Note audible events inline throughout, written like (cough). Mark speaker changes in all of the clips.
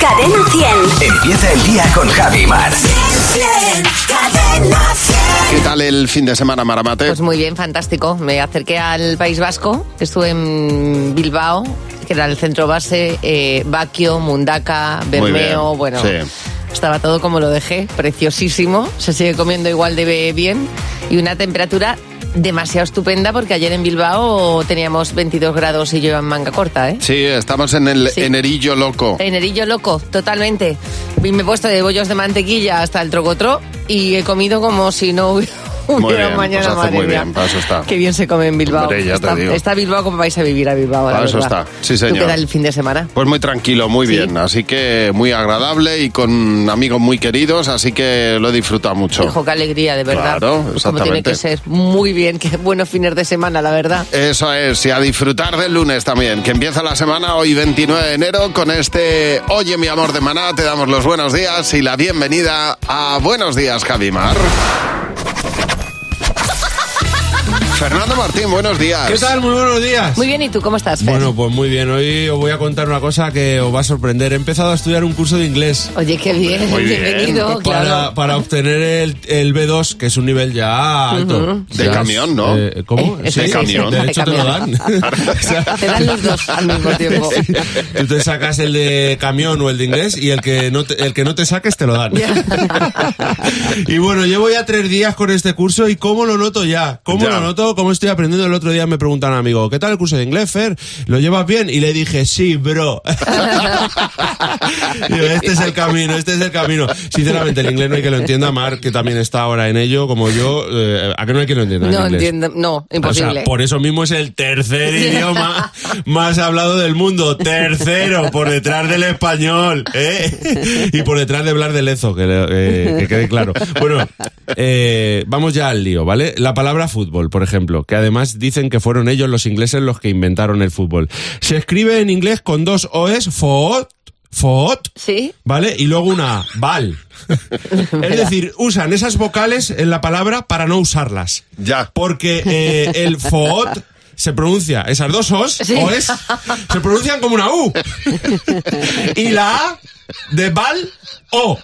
Speaker 1: Cadena 100.
Speaker 2: Empieza el día con Javi Mar.
Speaker 1: Cadena
Speaker 3: (laughs)
Speaker 1: 100.
Speaker 3: ¿Qué tal el fin de semana, Maramate?
Speaker 4: Pues muy bien, fantástico. Me acerqué al País Vasco, estuve en Bilbao, que era el centro base, eh, Baquio, Mundaca,
Speaker 3: Muy
Speaker 4: Bermeo,
Speaker 3: bien,
Speaker 4: bueno.
Speaker 3: sí.
Speaker 4: Estaba todo como lo dejé, preciosísimo, se sigue comiendo igual de bien y una temperatura demasiado estupenda porque ayer en Bilbao teníamos 22 grados y yo en manga corta, ¿eh?
Speaker 3: sí, estamos en el
Speaker 4: Sí. Eh,
Speaker 3: enerillo loco.
Speaker 4: Enerillo loco, totalmente. Y me he puesto de bollos de mantequilla hasta el trocotro y he comido como si no (laughs) hubiera
Speaker 3: Muy
Speaker 4: hubiera
Speaker 3: bien,
Speaker 4: mañana.
Speaker 3: pues hace
Speaker 4: madre
Speaker 3: muy
Speaker 4: mía.
Speaker 3: bien, para eso está.
Speaker 4: Qué bien se come en Bilbao.
Speaker 3: Hombre, ya te
Speaker 4: está,
Speaker 3: digo.
Speaker 4: está Bilbao como vais a vivir a Bilbao. la
Speaker 3: Para eso
Speaker 4: verdad.
Speaker 3: está. Sí,
Speaker 4: ¿Tú
Speaker 3: señor.
Speaker 4: qué tal el fin de semana?
Speaker 3: Pues muy tranquilo, muy bien, así que muy agradable y con amigos muy queridos, así que lo he disfrutado mucho.
Speaker 4: Hijo, qué alegría, de verdad.
Speaker 3: Claro,
Speaker 4: como tiene
Speaker 3: exactamente.
Speaker 4: que ser. Muy bien, qué buenos fines de semana, la verdad.
Speaker 3: Eso es, y a disfrutar del lunes también, que empieza la semana hoy 29 de enero con este Oye mi amor de maná, te damos los buenos días y la bienvenida a Buenos días Javi
Speaker 5: (laughs)
Speaker 3: Mar. Fernando Martín, buenos días.
Speaker 5: ¿Qué tal? Muy buenos días.
Speaker 4: Muy bien, ¿y tú cómo estás, Fer?
Speaker 5: Bueno, pues muy bien. Hoy os voy a contar una cosa que os va a sorprender. He empezado a estudiar un curso de inglés
Speaker 4: Oye, qué bien,
Speaker 3: Muy bien.
Speaker 4: bienvenido,
Speaker 5: para,
Speaker 4: claro.
Speaker 5: para obtener el, el B2, que es un nivel ya alto.
Speaker 3: De
Speaker 5: Ya es,
Speaker 3: camión, ¿no?
Speaker 5: eh, ¿Cómo?
Speaker 4: Eh,
Speaker 3: sí, sí, sí,
Speaker 5: De
Speaker 4: de
Speaker 5: hecho, te lo dan.
Speaker 4: (laughs) camión.
Speaker 3: (laughs)
Speaker 5: O sea,
Speaker 4: Te dan los dos al
Speaker 5: (laughs)
Speaker 4: mismo tiempo.
Speaker 5: Tú te sacas el de camión o el de inglés y el que no te, el que no te saques te lo dan. (laughs) Y bueno, llevo ya tres días con este curso y cómo lo noto ya. ¿Cómo
Speaker 3: Ya.
Speaker 5: lo noto? ¿Cómo estoy aprendiendo? El otro día me pregunta un amigo, ¿qué tal el curso de inglés, Fer? ¿Lo llevas bien? Y le dije, sí, bro. Digo, este es el camino, este es el camino. Sinceramente, el inglés no hay que lo entienda. Mark, que también está ahora en ello, como yo, eh, ¿a qué no hay que lo entienda? el
Speaker 4: No
Speaker 5: inglés?
Speaker 4: entiendo, no,
Speaker 5: O sea,
Speaker 4: imposible.
Speaker 5: por eso mismo es
Speaker 4: (laughs)
Speaker 5: el tercer idioma más hablado del mundo. Tercero, por detrás del español. ¿eh? Y por detrás de hablar de lezo, que, le- eh, que quede claro. Bueno, eh, vamos ya al lío, ¿vale? La palabra fútbol, por ejemplo, que además dicen que fueron ellos los ingleses los que inventaron el fútbol. Se escribe en inglés con dos O's, foot, foot,
Speaker 4: ¿Sí?
Speaker 5: ¿Vale? Y luego una A, val. Es decir, usan esas vocales en la palabra para no usarlas.
Speaker 3: Ya.
Speaker 5: Porque eh, el foot se pronuncia, esas dos os,
Speaker 4: Sí.
Speaker 5: oes, se pronuncian como una U. Y la A de bal, O.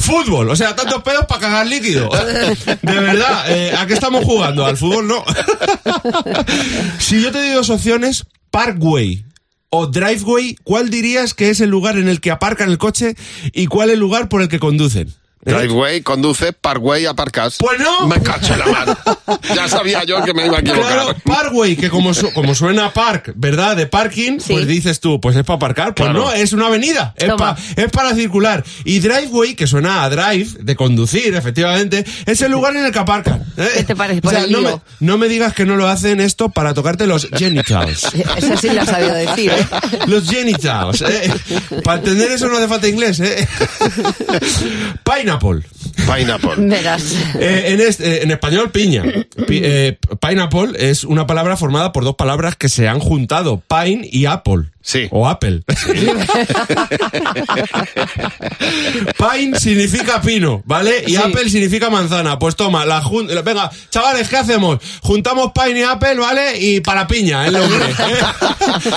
Speaker 5: Fútbol, o sea, tantos pedos para cagar líquido. De verdad, eh, ¿a qué estamos jugando? Al fútbol no. Si yo te doy dos opciones, Parkway o Driveway, ¿cuál dirías que es el lugar en el que aparcan el coche y cuál el lugar por el que conducen? ¿Eh?
Speaker 3: Driveway conduce, Parkway aparcas.
Speaker 5: Pues no.
Speaker 3: Me cacho en la
Speaker 5: (laughs)
Speaker 3: mano. Ya sabía yo que me iba a
Speaker 5: Claro,
Speaker 3: equivocar.
Speaker 5: Parkway, que como, su- como suena park, ¿verdad? De parking,
Speaker 4: Sí.
Speaker 5: pues dices tú, pues es para aparcar. Pues
Speaker 3: Claro.
Speaker 5: no, es una avenida. Es,
Speaker 4: Toma.
Speaker 5: pa- es para circular. Y driveway, que suena a drive, de conducir, efectivamente, es el lugar en el que aparcan. ¿eh?
Speaker 4: ¿Qué (laughs) te parece?
Speaker 5: O
Speaker 4: Por
Speaker 5: sea,
Speaker 4: el
Speaker 5: no, me,
Speaker 4: lío.
Speaker 5: no me digas que no lo hacen esto para tocarte los genitals.
Speaker 4: (laughs) Eso sí lo has sabido decir, ¿eh?
Speaker 5: (laughs) Los genitals. ¿eh? Para entender eso no hace falta inglés. ¿eh? (laughs) Pineapple.
Speaker 3: Pineapple.
Speaker 4: Verás.
Speaker 5: Eh, en, es- eh, en español, piña. Pi- eh, pineapple es una palabra formada por dos palabras que se han juntado, pine y apple.
Speaker 3: Sí.
Speaker 5: O apple. pine significa pino, ¿vale? Y apple significa manzana. Pues toma, la jun- la- venga, chavales, ¿qué hacemos? Juntamos pine y apple, ¿vale? Y para piña, es lo que es, ¿eh?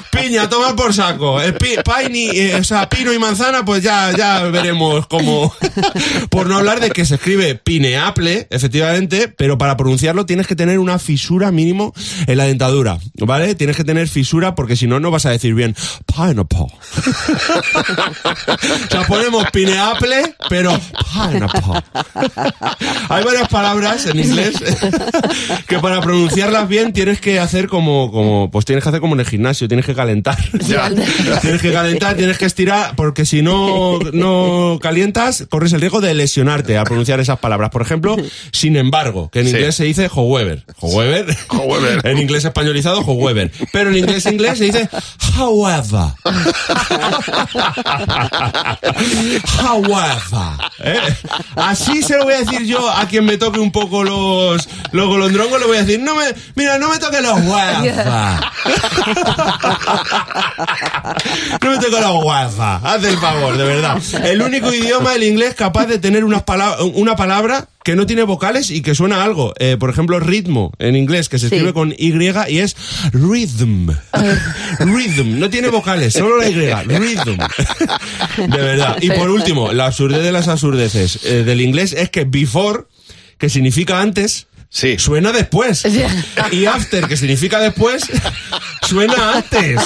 Speaker 5: (laughs) Piña, toma por saco. Eh, pi- Pine y, eh, o sea, pino y manzana, pues ya, ya veremos cómo. (laughs) Por no hablar de que se escribe pineapple, efectivamente, pero para pronunciarlo tienes que tener una fisura mínimo en la dentadura, ¿vale? Tienes que tener fisura porque si no, no vas a decir bien pineapple. (laughs) o sea, ponemos pineapple, pero pineapple. Hay varias palabras en inglés que para pronunciarlas bien tienes que hacer como, como, pues tienes que hacer como en el gimnasio, tienes que calentar.
Speaker 3: (laughs) Ya.
Speaker 5: Tienes que calentar, tienes que estirar, porque si no, no calientas, corres el riesgo de lesionarte al pronunciar esas palabras. Por ejemplo, sin embargo, que en
Speaker 3: Sí.
Speaker 5: inglés se dice however. However.
Speaker 3: However.
Speaker 5: (laughs) En inglés españolizado, however. Pero en inglés inglés se dice however. However. ¿eh? Así se lo voy a decir yo a quien me toque un poco los, los golondrongos, le voy a decir, no me, mira, no me toques los guafa. No me toques los guafa. Haz el favor, de verdad. El único idioma, el inglés, capaz de tener unas pala- una palabra que no tiene vocales y que suena a algo. Eh, por ejemplo, ritmo en inglés, que se
Speaker 4: Sí.
Speaker 5: escribe con Y y es rhythm. rhythm. No tiene vocales, solo la Y. Rhythm. de
Speaker 4: (laughs)
Speaker 5: verdad. Y por último, la absurdez de las absurdeces eh, del inglés es que before, que significa antes,
Speaker 3: Sí.
Speaker 5: suena después.
Speaker 4: Sí.
Speaker 5: Y after, que significa después, (laughs) suena antes.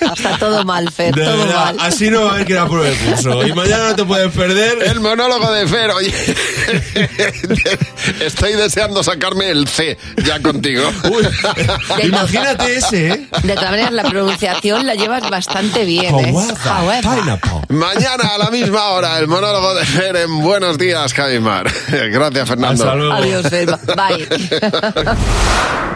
Speaker 4: Está todo mal, Fer,
Speaker 5: De
Speaker 4: todo
Speaker 5: verdad,
Speaker 4: mal.
Speaker 5: así no va a haber que ir a prueba de curso. Y mañana no te puedes perder
Speaker 3: El monólogo de Fer, oye. Estoy deseando sacarme el C ya contigo.
Speaker 5: Uy,
Speaker 3: (laughs)
Speaker 5: imagínate ese, ¿eh?
Speaker 4: De todas maneras, la pronunciación la llevas bastante
Speaker 5: Oh,
Speaker 4: bien, ¿eh?
Speaker 5: Guava,
Speaker 4: However.
Speaker 5: pineapple.
Speaker 3: Mañana a la misma hora, el monólogo de Fer en Buenos Días, Javi Mar. (laughs) Gracias, Fernando.
Speaker 5: Hasta luego.
Speaker 4: Adiós, Fer. Bye.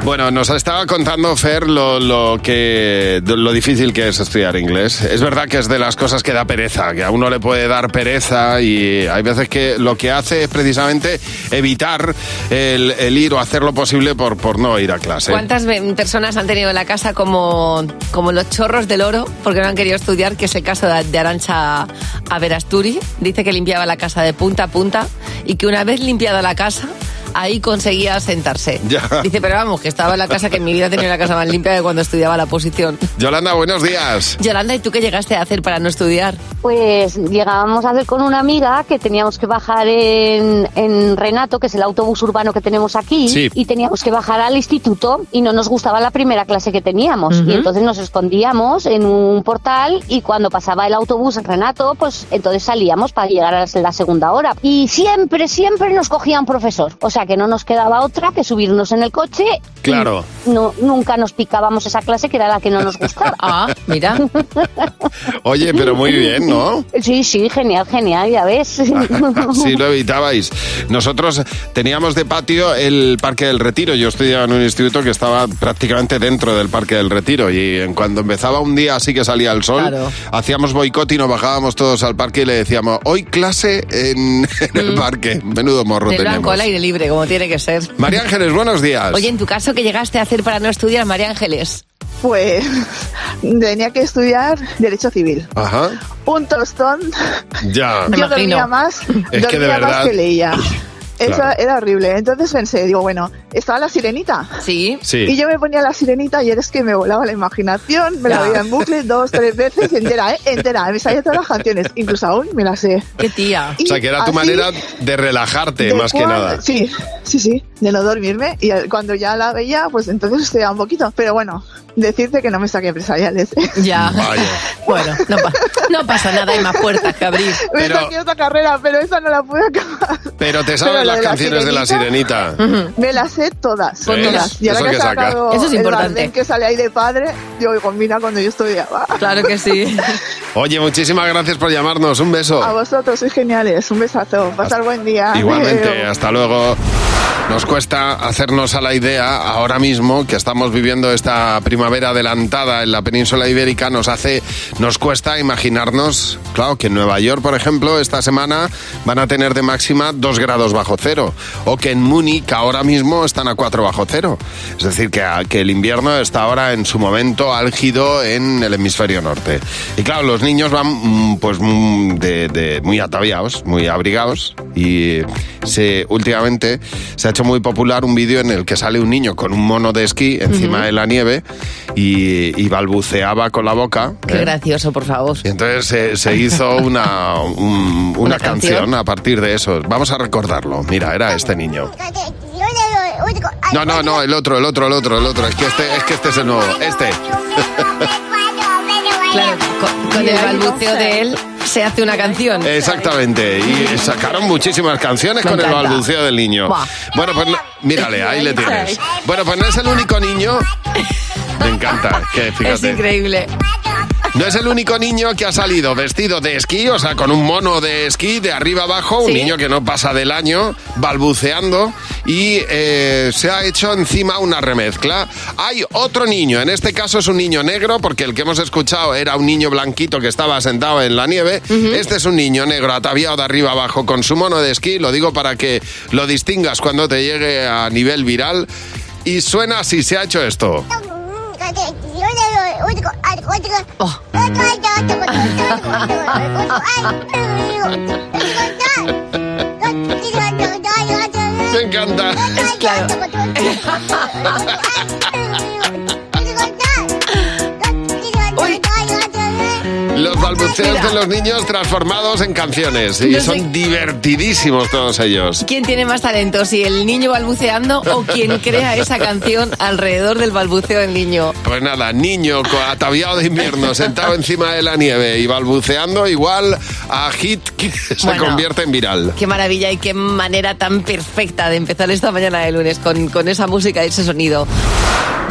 Speaker 3: Bueno, nos estaba contando Fer lo, lo que lo difícil que es estudiar inglés. Es verdad que es de las cosas que da pereza, que a uno le puede dar pereza y hay veces que lo que hace es precisamente evitar el, el ir o hacer lo posible por, por no ir a clase.
Speaker 4: ¿Cuántas ve- personas han tenido en la casa como, como los chorros del oro porque no han querido estudiar? Que es el caso de, de Arancha Averasturi. Dice que limpiaba la casa de punta a punta y que una vez limpiada la casa, ahí conseguía sentarse.
Speaker 3: (laughs) Ya.
Speaker 4: Dice, pero vamos, que estaba en la casa que en mi vida tenía una casa más limpia de cuando estudiaba la posición.
Speaker 3: Yolanda, buenos días.
Speaker 4: Yolanda, ¿y tú qué llegaste a hacer para no estudiar?
Speaker 1: Pues llegábamos a hacer con una amiga que teníamos que bajar en, en Renato, que es el autobús urbano que tenemos aquí,
Speaker 3: Sí.
Speaker 1: y teníamos que bajar al instituto y no nos gustaba la primera clase que teníamos. Y entonces nos escondíamos en un portal y cuando pasaba el autobús en Renato, pues entonces salíamos para llegar a la segunda hora. Y siempre, siempre nos cogía un profesor. O sea que no nos quedaba otra que subirnos en el coche. y
Speaker 3: Claro.
Speaker 1: No, nunca nos picábamos esa clase que era la que no nos gustaba.
Speaker 4: (laughs) Ah, mira.
Speaker 3: Oye, pero muy bien, ¿no?
Speaker 1: Sí, sí, genial, genial, ya ves. (laughs)
Speaker 3: (laughs) Sí, lo evitabais. Nosotros teníamos de patio el Parque del Retiro. Yo estudiaba en un instituto que estaba prácticamente dentro del Parque del Retiro. Y en cuando empezaba un día así que salía el sol,
Speaker 4: Claro.
Speaker 3: hacíamos boicot y nos bajábamos todos al parque y le decíamos, hoy clase en, (laughs) en el parque. Menudo morro
Speaker 4: Mm. De blanco
Speaker 3: tenemos.
Speaker 4: al aire libre, como tiene que ser.
Speaker 3: María Ángeles, buenos días.
Speaker 4: Oye, en tu caso, ¿qué llegaste a hacer para no estudiar, María Ángeles?
Speaker 6: Pues tenía que estudiar Derecho Civil.
Speaker 3: Ajá.
Speaker 6: Un tostón.
Speaker 3: Ya.
Speaker 4: Me
Speaker 6: Yo
Speaker 4: imagino.
Speaker 6: dormía más,
Speaker 3: que
Speaker 6: dormía
Speaker 3: de verdad.
Speaker 6: más que leía. Eso
Speaker 3: Claro.
Speaker 6: era horrible. Entonces pensé, digo, bueno, estaba la sirenita.
Speaker 4: Sí.
Speaker 6: Y
Speaker 3: Sí.
Speaker 6: yo me ponía la sirenita y eres que me volaba la imaginación, me la
Speaker 4: Ya.
Speaker 6: veía en bucle dos, tres veces, entera, ¿eh? entera. Me sabía todas las canciones, incluso aún me las sé.
Speaker 4: Qué tía.
Speaker 3: O sea, que era tu
Speaker 6: así,
Speaker 3: manera de relajarte,
Speaker 6: de
Speaker 3: más que
Speaker 6: cuan-
Speaker 3: nada.
Speaker 6: Sí, sí, sí, de no dormirme. Y al- cuando ya la veía, pues entonces estudiaba un poquito. Pero bueno, decirte que no me saqué empresariales.
Speaker 4: Ya.
Speaker 3: Vaya.
Speaker 4: Bueno, no, pa- no pasa nada, hay más puertas que abrir.
Speaker 6: Me
Speaker 3: Pero-
Speaker 6: saqué otra carrera, pero esa no la pude acabar.
Speaker 3: Pero te
Speaker 6: Pero
Speaker 3: sabes
Speaker 6: lo
Speaker 3: las
Speaker 6: de la
Speaker 3: canciones de la sirenita.
Speaker 6: Me las sé
Speaker 3: ¿Ves?
Speaker 6: todas. todas. Y
Speaker 3: Pues, Eso que
Speaker 6: ahora que ha
Speaker 3: saca.
Speaker 6: sacado
Speaker 4: Eso es
Speaker 6: el
Speaker 4: importante.
Speaker 6: Bardem que sale ahí de padre, yo digo, mira, cuando yo estudiaba.
Speaker 4: Claro que sí.
Speaker 3: Oye, muchísimas gracias por llamarnos. Un beso.
Speaker 6: A vosotros sois geniales. Un besazo. Pasar buen día.
Speaker 3: Igualmente,
Speaker 6: Adeu.
Speaker 3: hasta luego. Nos cuesta hacernos a la idea ahora mismo que estamos viviendo esta primavera adelantada en la península ibérica, nos hace, nos cuesta imaginarnos, claro, que en Nueva York, por ejemplo, esta semana van a tener de máxima 2 grados bajo cero, o que en Múnich ahora mismo están a 4 bajo cero. Es decir, que, a- que el invierno está ahora en su momento álgido en el hemisferio norte. Y claro, los niños van mm, pues mm, de- de muy ataviados, muy abrigados, y se últimamente se ha hecho muy popular un vídeo en el que sale un niño con un mono de esquí encima de la nieve y, y balbuceaba con la boca.
Speaker 4: Qué
Speaker 3: ¿eh?
Speaker 4: gracioso, por favor.
Speaker 3: Y entonces se, se hizo una, un- una,
Speaker 4: Una
Speaker 3: canción?
Speaker 4: canción.
Speaker 3: a partir de eso. Vamos a recordarlo. Mira, era este niño. No, no, no, el otro, el otro, el otro, el otro. Es que este, es que este es el nuevo. Este. (laughs)
Speaker 4: Claro, con, con el balbuceo de él se hace una canción.
Speaker 3: Eh, Exactamente. Y sacaron muchísimas canciones
Speaker 4: Me
Speaker 3: con el
Speaker 4: encanta.
Speaker 3: balbuceo del niño.
Speaker 4: Buah.
Speaker 3: Bueno, pues no- mírale, ahí le tienes.
Speaker 4: (laughs)
Speaker 3: Bueno, pues no es el único niño. Me encanta, que
Speaker 4: Es
Speaker 3: fíjate.
Speaker 4: increíble.
Speaker 3: No es el único niño que ha salido vestido de esquí, o sea, con un mono de esquí de arriba abajo, un
Speaker 7: Sí.
Speaker 3: niño que no pasa del año, balbuceando, y eh, se ha hecho encima una remezcla. Hay otro niño, en este caso es un niño negro, porque el que hemos escuchado era un niño blanquito que estaba sentado en la nieve. Este es un niño negro ataviado de arriba abajo con su mono de esquí, lo digo para que lo distingas cuando te llegue a nivel viral. Y suena así, se ha hecho esto. Me encanta.
Speaker 4: Es claro.
Speaker 3: Los balbuceos de los niños transformados en canciones. Y
Speaker 4: No sé.
Speaker 3: son divertidísimos todos ellos.
Speaker 4: ¿Quién tiene más talento? ¿Si el niño balbuceando o quien crea esa canción alrededor del balbuceo del niño?
Speaker 3: Pues nada, niño co- ataviado de
Speaker 4: (laughs)
Speaker 3: invierno, sentado encima de la nieve y balbuceando igual a hit que se
Speaker 4: Bueno.
Speaker 3: convierte en viral.
Speaker 4: Qué maravilla y qué manera tan perfecta de empezar esta mañana de lunes con, con esa música y ese sonido.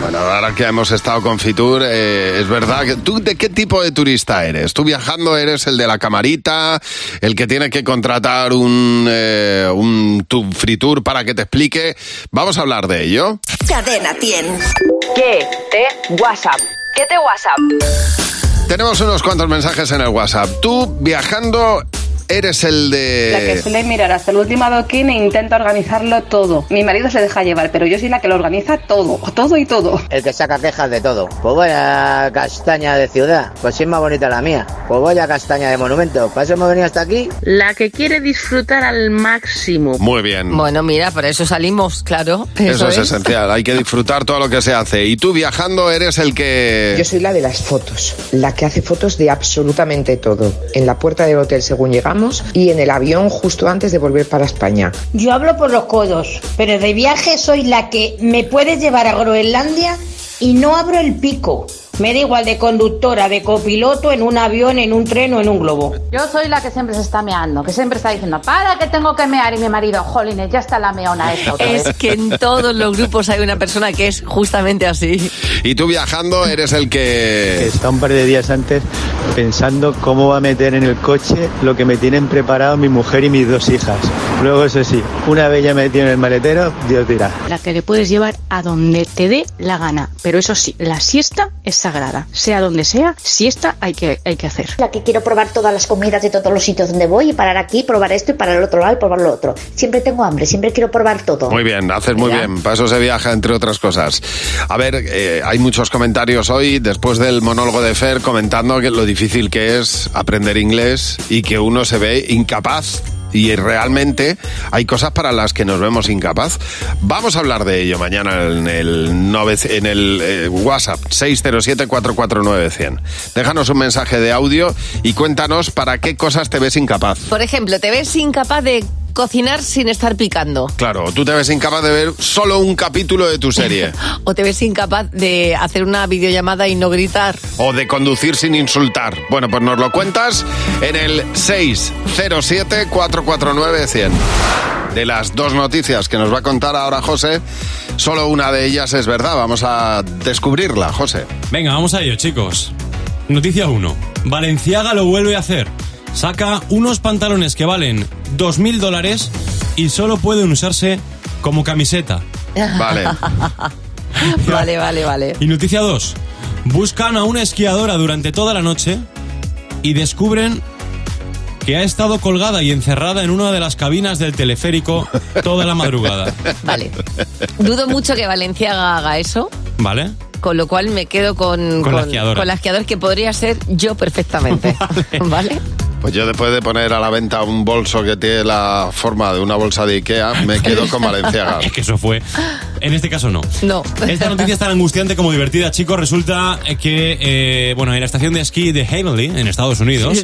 Speaker 3: Bueno, ahora que hemos estado con Fitur, eh, es verdad que tú de qué tipo de turista eres. Tú viajando eres el de la camarita, el que tiene que contratar un, eh, un tu- Fritur para que te explique. Vamos a hablar de ello.
Speaker 8: Cadena 100. ¿Qué te WhatsApp? ¿Qué te WhatsApp?
Speaker 3: Tenemos unos cuantos mensajes en el WhatsApp. Tú viajando eres el
Speaker 9: Eh.
Speaker 10: La que
Speaker 3: de...
Speaker 10: suele mirar hasta el último adoquín e intenta organizarlo todo. Mi marido se deja llevar, pero yo soy la que lo organiza todo, todo y todo.
Speaker 9: El que saca quejas de todo. Pues voy a castaña de ciudad, pues si es más bonita la mía. Pues voy a castaña de monumento, ¿para eso hemos venido hasta aquí?
Speaker 4: La que quiere disfrutar al máximo.
Speaker 3: Muy bien.
Speaker 4: Bueno, mira, por eso salimos, claro.
Speaker 3: Eso, es, esencial, hay que disfrutar todo lo que se hace. Y tú viajando eres el que...
Speaker 11: Yo soy la de las fotos, la que hace fotos de absolutamente todo, en la puerta del hotel según llegamos y en el avión justo antes de volver para España.
Speaker 12: Yo hablo por los codos, pero de viaje soy la que me puedes llevar a Groenlandia y no abro el pico. Me da igual de conductora, de copiloto, en un avión, en un tren o en un globo.
Speaker 13: Yo soy la que siempre se está meando, que siempre está diciendo, para que tengo que mear y mi marido, jolines, ya está la meona esta otra
Speaker 4: (laughs) Es
Speaker 13: vez".
Speaker 4: que en todos los grupos hay una persona que es justamente así.
Speaker 3: Y tú viajando eres el que...
Speaker 14: Está un par de días antes pensando cómo va a meter en el coche lo que me tienen preparado mi mujer y mis dos hijas. Luego, eso sí, una vez ya metido en el maletero, Dios dirá.
Speaker 15: La que le puedes llevar a donde te dé la gana. Pero eso sí, la siesta es sagrada. Sea donde sea, siesta hay que, hay que hacer.
Speaker 1: La que quiero probar todas las comidas de todos los sitios donde voy y parar aquí, probar esto y parar al otro lado y probar lo otro. Siempre tengo hambre, siempre quiero probar todo.
Speaker 3: Muy bien, haces muy bien. Para eso se viaja, entre otras cosas. A ver, eh, hay muchos comentarios hoy, después del monólogo de Fer, comentando que lo difícil que es aprender inglés y que uno se ve incapaz. Y realmente hay cosas para las que nos vemos incapaz. Vamos a hablar de ello mañana en el, nove- en el eh, WhatsApp 607-449-100. Déjanos un mensaje de audio y cuéntanos para qué cosas te ves incapaz.
Speaker 4: Por ejemplo, te ves incapaz de cocinar sin estar picando.
Speaker 3: Claro, tú te ves incapaz de ver solo un capítulo de tu serie.
Speaker 4: O te ves incapaz de hacer una videollamada y no gritar.
Speaker 3: o de conducir sin insultar. Bueno, pues nos lo cuentas en el 607-449-100. De las dos noticias que nos va a contar ahora José, solo una de ellas es verdad. Vamos a descubrirla, José.
Speaker 16: Venga, vamos a ello, chicos. Noticia 1. Valenciaga lo vuelve a hacer. Saca unos pantalones que valen 2.000 dólares y solo pueden usarse como camiseta. Vale.
Speaker 4: (laughs) vale, vale, vale.
Speaker 16: Y noticia 2. Buscan a una esquiadora durante toda la noche y descubren que ha estado colgada y encerrada en una de las cabinas del teleférico toda la madrugada.
Speaker 4: Vale. Dudo mucho que Valenciaga haga eso,
Speaker 16: ¿Vale?
Speaker 4: con lo cual me quedo con,
Speaker 16: Con la esquiadora.
Speaker 4: con la esquiadora, que podría ser yo perfectamente. ¿Vale?
Speaker 3: Pues yo después de poner a la venta un bolso que tiene la forma de una bolsa de Ikea,
Speaker 16: (laughs)
Speaker 3: me quedo con Valenciaga.
Speaker 16: Es que eso fue. En este caso no.
Speaker 4: No.
Speaker 16: Esta noticia es tan angustiante como divertida, chicos. Resulta que, eh, bueno, en la estación de esquí de Havenly, en Estados Unidos,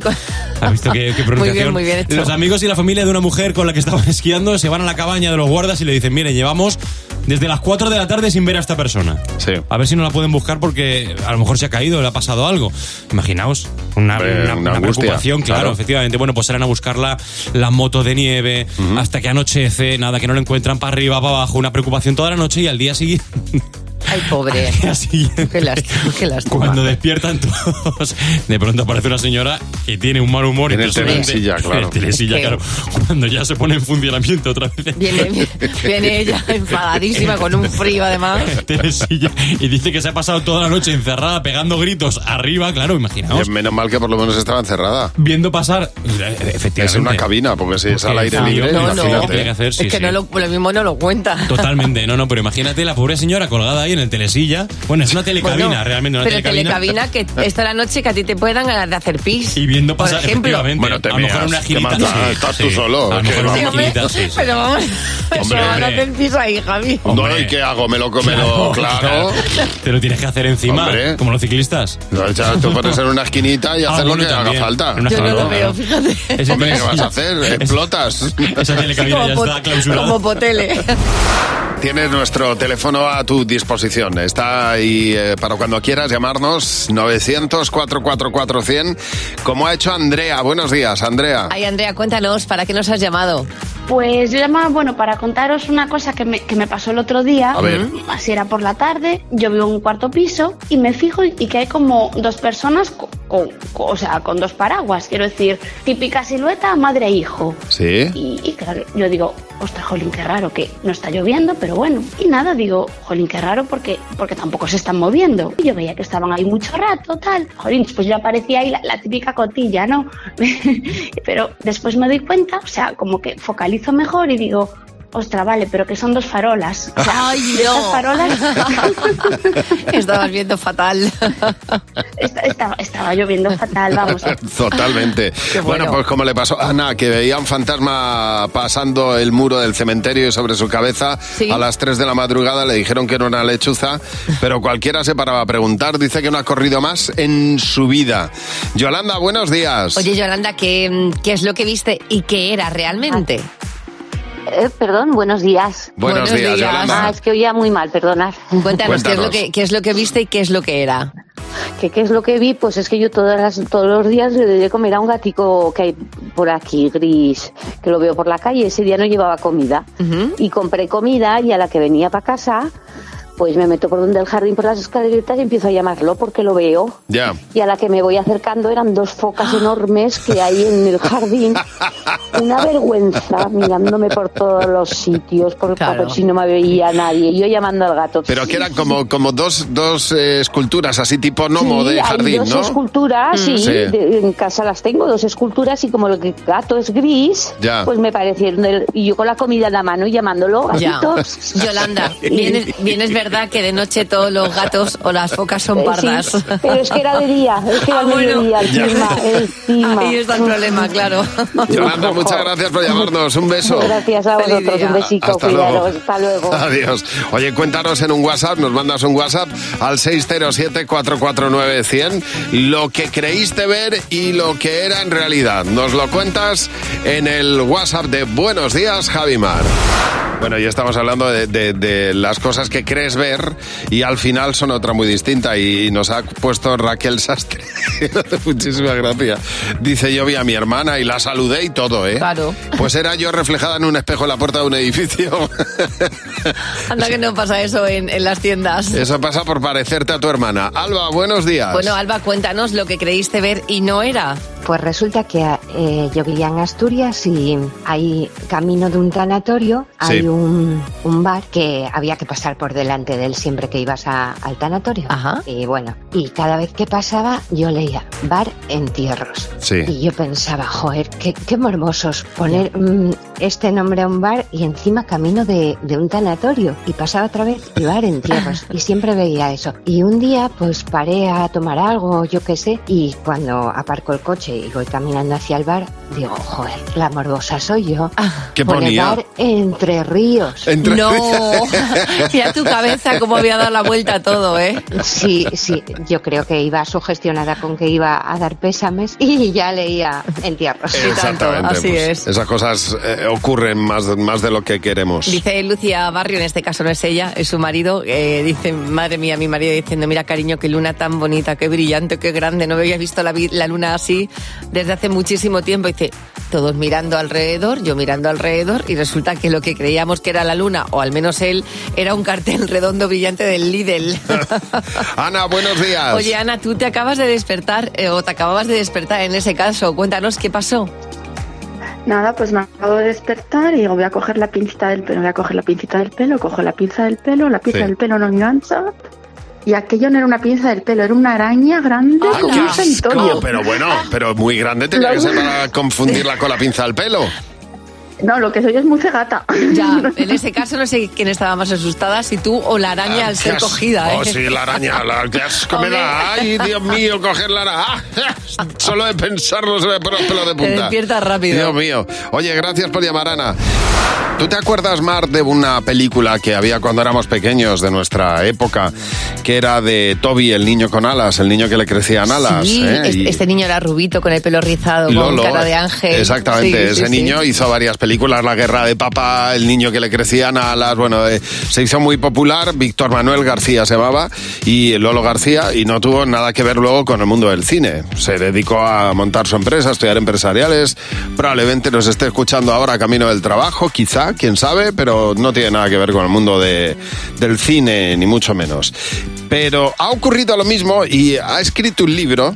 Speaker 16: ¿has visto qué,
Speaker 4: (laughs) Muy
Speaker 16: qué
Speaker 4: bien,
Speaker 16: pronunciación?
Speaker 4: muy bien hecho.
Speaker 16: Los amigos y la familia de una mujer con la que estaban (laughs) esquiando se van a la cabaña de los guardas y le dicen, miren, llevamos desde las 4 de la tarde sin ver a esta persona.
Speaker 3: Sí.
Speaker 16: A ver si no la pueden buscar porque a lo mejor se ha caído, le ha pasado algo. Imaginaos, una,
Speaker 3: Hombre,
Speaker 16: una-
Speaker 3: una
Speaker 16: una
Speaker 3: angustia,
Speaker 16: preocupación, claro,
Speaker 3: claro.
Speaker 16: efectivamente. Bueno, pues serán a buscarla la moto de nieve hasta que anochece, nada, que no la encuentran para arriba, para abajo, una preocupación toda la noche y al día siguiente. (laughs)
Speaker 4: Ay, pobre. Qué lástima, qué lástima.
Speaker 16: Cuando despiertan todos, de pronto aparece una señora que tiene un mal humor
Speaker 3: Tiene
Speaker 16: impresionante. (laughs)
Speaker 3: telesilla, claro.
Speaker 16: Telesilla, claro. Cuando ya se pone en funcionamiento otra vez.
Speaker 4: Viene,
Speaker 16: (laughs)
Speaker 4: viene ella enfadadísima, con un frío además.
Speaker 16: Teresilla, y dice que se ha pasado toda la noche encerrada pegando gritos arriba, claro, imaginaos.
Speaker 3: Y Menos mal que por lo menos estaba encerrada.
Speaker 16: Viendo pasar, efectivamente.
Speaker 3: Es una cabina, porque si es al aire libre,
Speaker 16: No, no,
Speaker 3: imagínate.
Speaker 16: tiene que hacer, sí,
Speaker 4: es que
Speaker 16: sí.
Speaker 4: No lo, lo mismo no lo cuenta.
Speaker 16: Totalmente, no, no, pero imagínate la pobre señora colgada ahí en el telesilla. Bueno, es una telecabina,
Speaker 4: Bueno,
Speaker 16: realmente una
Speaker 4: Pero
Speaker 16: telecabina.
Speaker 4: telecabina que esta la noche que a ti te puedan ganar de hacer pis.
Speaker 16: Y viendo
Speaker 4: Por
Speaker 16: pasar,
Speaker 4: ejemplo.
Speaker 16: efectivamente,
Speaker 3: Bueno, te
Speaker 16: a lo mejor
Speaker 3: meas,
Speaker 16: una
Speaker 3: ¿qué
Speaker 16: girita.
Speaker 3: más
Speaker 16: sí,
Speaker 3: da? Estás tú
Speaker 16: sí.
Speaker 3: solo,
Speaker 16: A lo
Speaker 3: que
Speaker 16: mejor
Speaker 3: vamos.
Speaker 16: una
Speaker 3: Hombre,
Speaker 16: girita, sí, sí.
Speaker 4: Pero vamos,
Speaker 16: Hombre.
Speaker 4: se van a hacer pis ahí, Javi.
Speaker 3: No, ¿y qué hago?
Speaker 16: (laughs)
Speaker 3: ¿Me lo come?
Speaker 16: Claro.
Speaker 3: Lo- Claro.
Speaker 16: Te lo tienes que hacer encima,
Speaker 3: Hombre.
Speaker 16: como los ciclistas.
Speaker 3: No, ya, tú pones en una esquinita y
Speaker 16: (laughs) Ah,
Speaker 3: hacer lo
Speaker 16: bueno,
Speaker 3: que haga
Speaker 16: también.
Speaker 3: falta.
Speaker 16: En una Yo no lo esquinita. veo,
Speaker 4: fíjate.
Speaker 16: Ese
Speaker 3: Hombre, ¿qué
Speaker 16: telecabina-
Speaker 3: vas a
Speaker 16: (laughs)
Speaker 3: hacer? Explotas.
Speaker 16: Esa telecabina ya está clausurada.
Speaker 4: Como ¿eh? potele.
Speaker 16: (laughs)
Speaker 3: Tienes nuestro teléfono a tu disposición. Está ahí eh, para cuando quieras llamarnos 900-444-100, como ha hecho Andrea. Buenos días, Andrea.
Speaker 4: Ay, Andrea, cuéntanos, ¿para qué nos has llamado?
Speaker 12: Pues yo llamaba, bueno, para contaros una cosa que me, que me pasó el otro día. Mm,
Speaker 3: A ver.
Speaker 12: Así era por la tarde, yo vivo en un cuarto piso y me fijo y que hay como dos personas co- con, co- o sea, con dos paraguas. Quiero decir, típica silueta, madre e hijo.
Speaker 3: Sí.
Speaker 12: Y, y claro, yo digo, ostras, jolín, qué raro que no está lloviendo, pero bueno. Y nada, digo, jolín, qué raro porque, porque tampoco se están moviendo. Y yo veía que estaban ahí mucho rato, tal. Jolín, pues yo aparecía ahí la, la típica cotilla, ¿no? (laughs) pero después me doy cuenta, o sea, como que focalizo mejor y digo, ostras, vale, pero que son dos farolas. O sea, estas farolas
Speaker 4: (laughs) Estabas viendo fatal.
Speaker 12: (laughs) esta- estaba, estaba lloviendo fatal,
Speaker 4: (laughs)
Speaker 12: vamos.
Speaker 3: (laughs) Totalmente.
Speaker 12: Qué
Speaker 3: bueno.
Speaker 12: bueno.
Speaker 3: pues como le pasó a Ana, que veía un fantasma pasando el muro del cementerio y sobre su cabeza
Speaker 4: Sí.
Speaker 3: a las 3 de la madrugada le dijeron que era una lechuza, pero cualquiera se paraba a preguntar. Dice que no ha corrido más en su vida. Yolanda, buenos días.
Speaker 4: Oye, Yolanda, ¿qué, qué es lo que viste y qué era realmente?
Speaker 1: Eh, perdón, buenos días.
Speaker 3: Buenos Buenos días, días. Yolanda.
Speaker 1: Ah, es que oía muy mal, perdonad.
Speaker 4: Cuéntanos, ¿qué, es lo que, qué es lo que viste y qué es lo que era.
Speaker 1: ¿Qué, qué es lo que vi? Pues es que yo todas las- todos los días le doy de comer a un gatico que hay por aquí, gris, que lo veo por la calle. Ese día no llevaba comida. Y compré comida y a la que venía para casa, pues me meto por donde el jardín, por las escaleretas y empiezo a llamarlo porque lo veo.
Speaker 3: Ya.
Speaker 1: Y a la que me voy acercando eran dos focas enormes que hay en el
Speaker 3: (laughs)
Speaker 1: jardín.
Speaker 4: (laughs)
Speaker 1: Una vergüenza mirándome por todos los sitios, por, por si no me veía nadie. Yo llamando al gato.
Speaker 3: Pero que eran como, como dos, dos eh, esculturas, así tipo gnomo
Speaker 1: Sí,
Speaker 3: de
Speaker 1: hay
Speaker 3: jardín,
Speaker 1: dos
Speaker 3: ¿no?
Speaker 1: esculturas,
Speaker 3: Mm.
Speaker 1: sí,
Speaker 3: Sí.
Speaker 1: de- en casa las tengo, dos esculturas, y como el gato es gris,
Speaker 3: Ya.
Speaker 1: pues me parecieron, del- y yo con la comida en la mano y llamándolo
Speaker 4: Ya.
Speaker 1: gatito.
Speaker 4: Yolanda, bien es, bien es verdad que de noche todos los gatos o las focas son
Speaker 1: Eh,
Speaker 4: pardas.
Speaker 1: sí, pero es que era de día, es que
Speaker 4: (laughs)
Speaker 1: era
Speaker 4: Ah, bueno.
Speaker 1: mediodía, encima, encima.
Speaker 4: Ahí está el problema,
Speaker 1: (laughs)
Speaker 4: claro.
Speaker 3: Yolanda, muchas gracias por llamarnos. Un beso.
Speaker 1: Gracias a vosotros, un besito,
Speaker 3: Hasta
Speaker 1: cuidaros,
Speaker 3: luego.
Speaker 1: hasta
Speaker 3: (laughs)
Speaker 1: luego.
Speaker 3: Adiós. Oye, cuéntanos en un WhatsApp, nos mandas un WhatsApp al 607-449-100 lo que creíste ver y lo que era en realidad. Nos lo cuentas en el WhatsApp de Buenos Días, Javimar. Bueno, ya estamos hablando de, de- de las cosas que crees ver y al final son otra muy distinta y nos ha puesto Raquel Sastre. (laughs) Muchísimas gracias. Dice, yo vi a mi hermana y la saludé y todo, ¿eh?
Speaker 4: Claro.
Speaker 3: Pues era yo reflejada en un espejo en la puerta de un edificio.
Speaker 4: (laughs)
Speaker 3: (laughs)
Speaker 4: Anda que no pasa eso en, en las tiendas.
Speaker 3: Eso pasa por parecerte a tu hermana. Alba, buenos días.
Speaker 4: Bueno, Alba, cuéntanos lo que creíste ver y no
Speaker 3: (laughs)
Speaker 4: era. (laughs)
Speaker 17: Pues resulta que eh, yo vivía en Asturias y hay camino de un tanatorio,
Speaker 3: Sí.
Speaker 17: hay un, un bar que había que pasar por delante de él siempre que ibas a- al tanatorio. Y bueno, y cada vez que pasaba yo leía bar entierros.
Speaker 3: Sí.
Speaker 17: Y yo pensaba, joder, qué, qué morbosos poner mm, este nombre a un bar y encima camino de, de un tanatorio. Y pasaba otra vez y
Speaker 3: (laughs)
Speaker 17: bar entierros. Y siempre veía eso. Y un día pues paré a tomar algo, yo qué sé. Y cuando aparco el coche y voy caminando hacia el bar, digo, joder, la morbosa soy yo.
Speaker 3: Ah, ¿Qué
Speaker 17: Por el
Speaker 3: ponía?
Speaker 17: bar Entre Ríos.
Speaker 3: Entre
Speaker 4: No. Ríos. (laughs) Mira tu cabeza cómo había dado la vuelta a todo, ¿eh?
Speaker 17: Sí, sí, yo creo que iba sugestionada con que iba a dar pésames y ya leía entierros.
Speaker 3: Exactamente. pues, Esas cosas eh, ocurren más, más de lo que queremos.
Speaker 4: Dice Lucía Barrio, en este caso no es ella, es su marido. eh, dice, madre mía, mi marido diciendo, mira cariño, qué luna tan bonita, qué brillante, qué grande. No me había visto la, vi- la luna así desde hace muchísimo tiempo. Dice, todos mirando alrededor, yo mirando alrededor y resulta que lo que creíamos que era la luna, o al menos él, era un cartel (laughs) redondo brillante
Speaker 3: (laughs)
Speaker 4: del Lidl.
Speaker 3: Ana, buenos días.
Speaker 4: Oye Ana, tú te acabas de despertar, eh, o te acababas de despertar en ese caso. Cuéntanos qué pasó.
Speaker 18: Nada, pues me acabo de despertar y digo, voy a coger la pincita del pelo, voy a coger la pincita del pelo, cojo la pinza del pelo, la pinza
Speaker 3: Sí.
Speaker 18: del pelo no engancha. Y aquello no era una pinza del pelo, era una araña grande
Speaker 3: ¡Ay,
Speaker 18: como
Speaker 3: qué
Speaker 18: un
Speaker 3: asco!
Speaker 18: centollo.
Speaker 3: Pero bueno, pero muy grande tendría que ser para confundirla con la pinza al pelo.
Speaker 18: No, lo que soy es muy cegata. (laughs)
Speaker 4: Ya, en ese caso no sé quién estaba más asustada, si tú o la araña al ser
Speaker 3: Ah, Qué as-
Speaker 4: cogida. ¿eh?
Speaker 3: Oh, sí, la araña, la qué asco me da. Ay,
Speaker 4: Hombre.
Speaker 3: Dios mío, coger la araña. Ah, Solo de pensarlo se me pone el pelo de punta.
Speaker 4: Te despiertas rápido.
Speaker 3: Dios mío. Oye, gracias por llamar, Ana. ¿Tú te acuerdas, Mar, de una película que había cuando éramos pequeños, de nuestra época, que era de Toby, el niño con alas, el niño que le crecían alas?
Speaker 4: Sí,
Speaker 3: ¿eh?
Speaker 4: es-
Speaker 3: Y-
Speaker 4: este niño era rubito, con el pelo rizado, con
Speaker 3: Lolo,
Speaker 4: cara de ángel.
Speaker 3: Exactamente,
Speaker 4: Sí, sí,
Speaker 3: ese
Speaker 4: sí.
Speaker 3: niño hizo varias películas, La Guerra de Papá, El niño que le crecían alas, bueno, eh, se hizo muy popular, Víctor Manuel García se llamaba, y Lolo García, y no tuvo nada que ver luego con el mundo del cine. Se dedicó a montar su empresa, a estudiar empresariales, probablemente nos esté escuchando ahora camino del trabajo, quizá, quién sabe, pero no tiene nada que ver con el mundo de- del cine, ni mucho menos. Pero ha ocurrido lo mismo y ha escrito un libro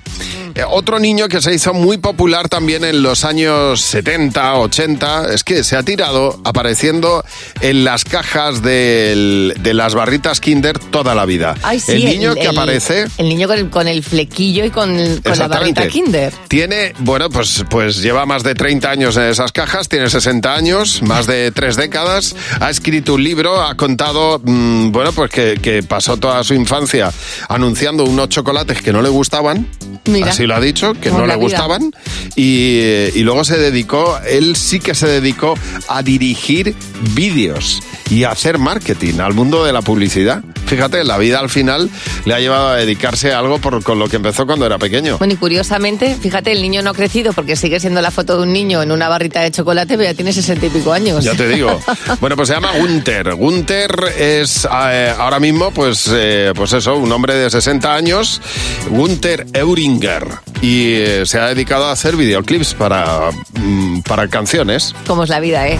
Speaker 3: eh, Otro niño que se hizo muy popular también en los años 70, 80, es que se ha tirado apareciendo en las cajas del- de las barritas Kinder toda la vida.
Speaker 4: Ay, sí,
Speaker 3: el niño que aparece...
Speaker 4: El niño con el, con el flequillo y con, el- con la
Speaker 3: Exactamente.
Speaker 4: barrita Kinder.
Speaker 3: Tiene, bueno, pues, pues lleva más de 30 años en esas cajas, tiene 60 años, más de tres décadas, ha escrito un libro, ha contado, mm, bueno, pues que, que pasó toda su infancia anunciando unos chocolates que no le gustaban,
Speaker 4: Mira.
Speaker 3: así lo ha dicho, que
Speaker 4: Por
Speaker 3: no le
Speaker 4: la vida.
Speaker 3: gustaban, y, eh, y luego se dedicó, él sí que se dedicó a dirigir vídeos y a hacer marketing al mundo de la publicidad. Fíjate, la vida al final le ha llevado a dedicarse a algo por, con lo que empezó cuando era pequeño.
Speaker 4: Bueno, y curiosamente, fíjate, el niño no ha crecido porque sigue siendo la foto de un niño en una barrita de chocolate, pero ya tiene sesenta y pico años.
Speaker 3: Ya te
Speaker 4: (laughs)
Speaker 3: digo. Bueno, pues se llama Gunther. Gunther es eh, ahora mismo, pues, eh, pues eso, un hombre de 60 años, Gunther Euringer. Y eh, se ha dedicado a hacer videoclips para, mm, para canciones.
Speaker 4: Como es la vida, ¿eh?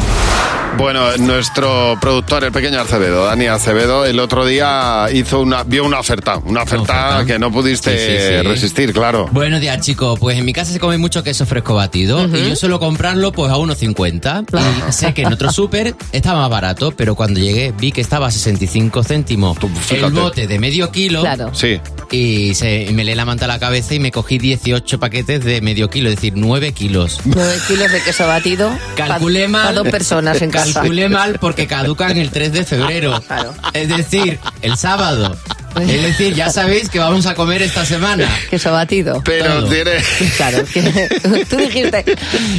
Speaker 3: Bueno, nuestro productor, el pequeño Acevedo, Dani Acevedo, el otro día hizo una, vio una oferta, una oferta, que no pudiste
Speaker 9: Sí, sí, sí.
Speaker 3: resistir, claro.
Speaker 9: Buenos días, chicos. Pues en mi casa se come mucho queso fresco batido y yo suelo comprarlo pues a 1,50. Y sé que
Speaker 4: (laughs)
Speaker 9: en otro súper estaba más barato, pero cuando llegué vi que estaba a 65 céntimos el bote de medio kilo.
Speaker 4: Claro.
Speaker 3: Sí.
Speaker 9: Y se, me le la manta a la cabeza y me cogí 18 paquetes de medio kilo, es decir, 9 kilos.
Speaker 4: Nueve kilos de queso batido.
Speaker 9: Calculé
Speaker 4: pa-
Speaker 9: mal.
Speaker 4: pa' dos personas en casa. Ah,
Speaker 9: Calculé mal porque caducan el 3 de febrero. Es decir, el sábado. Es decir, ya sabéis que vamos a comer esta semana.
Speaker 4: Queso batido.
Speaker 3: Pero tiene...
Speaker 4: Claro, (laughs) Tú dijiste,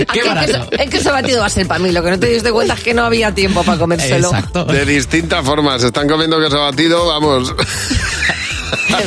Speaker 4: "Aquí el
Speaker 9: barato".
Speaker 4: queso, el queso batido va a ser para mí. Lo que no te diste cuenta es que no había tiempo para comérselo.
Speaker 3: De distintas formas. Están comiendo queso batido, (laughs) vamos.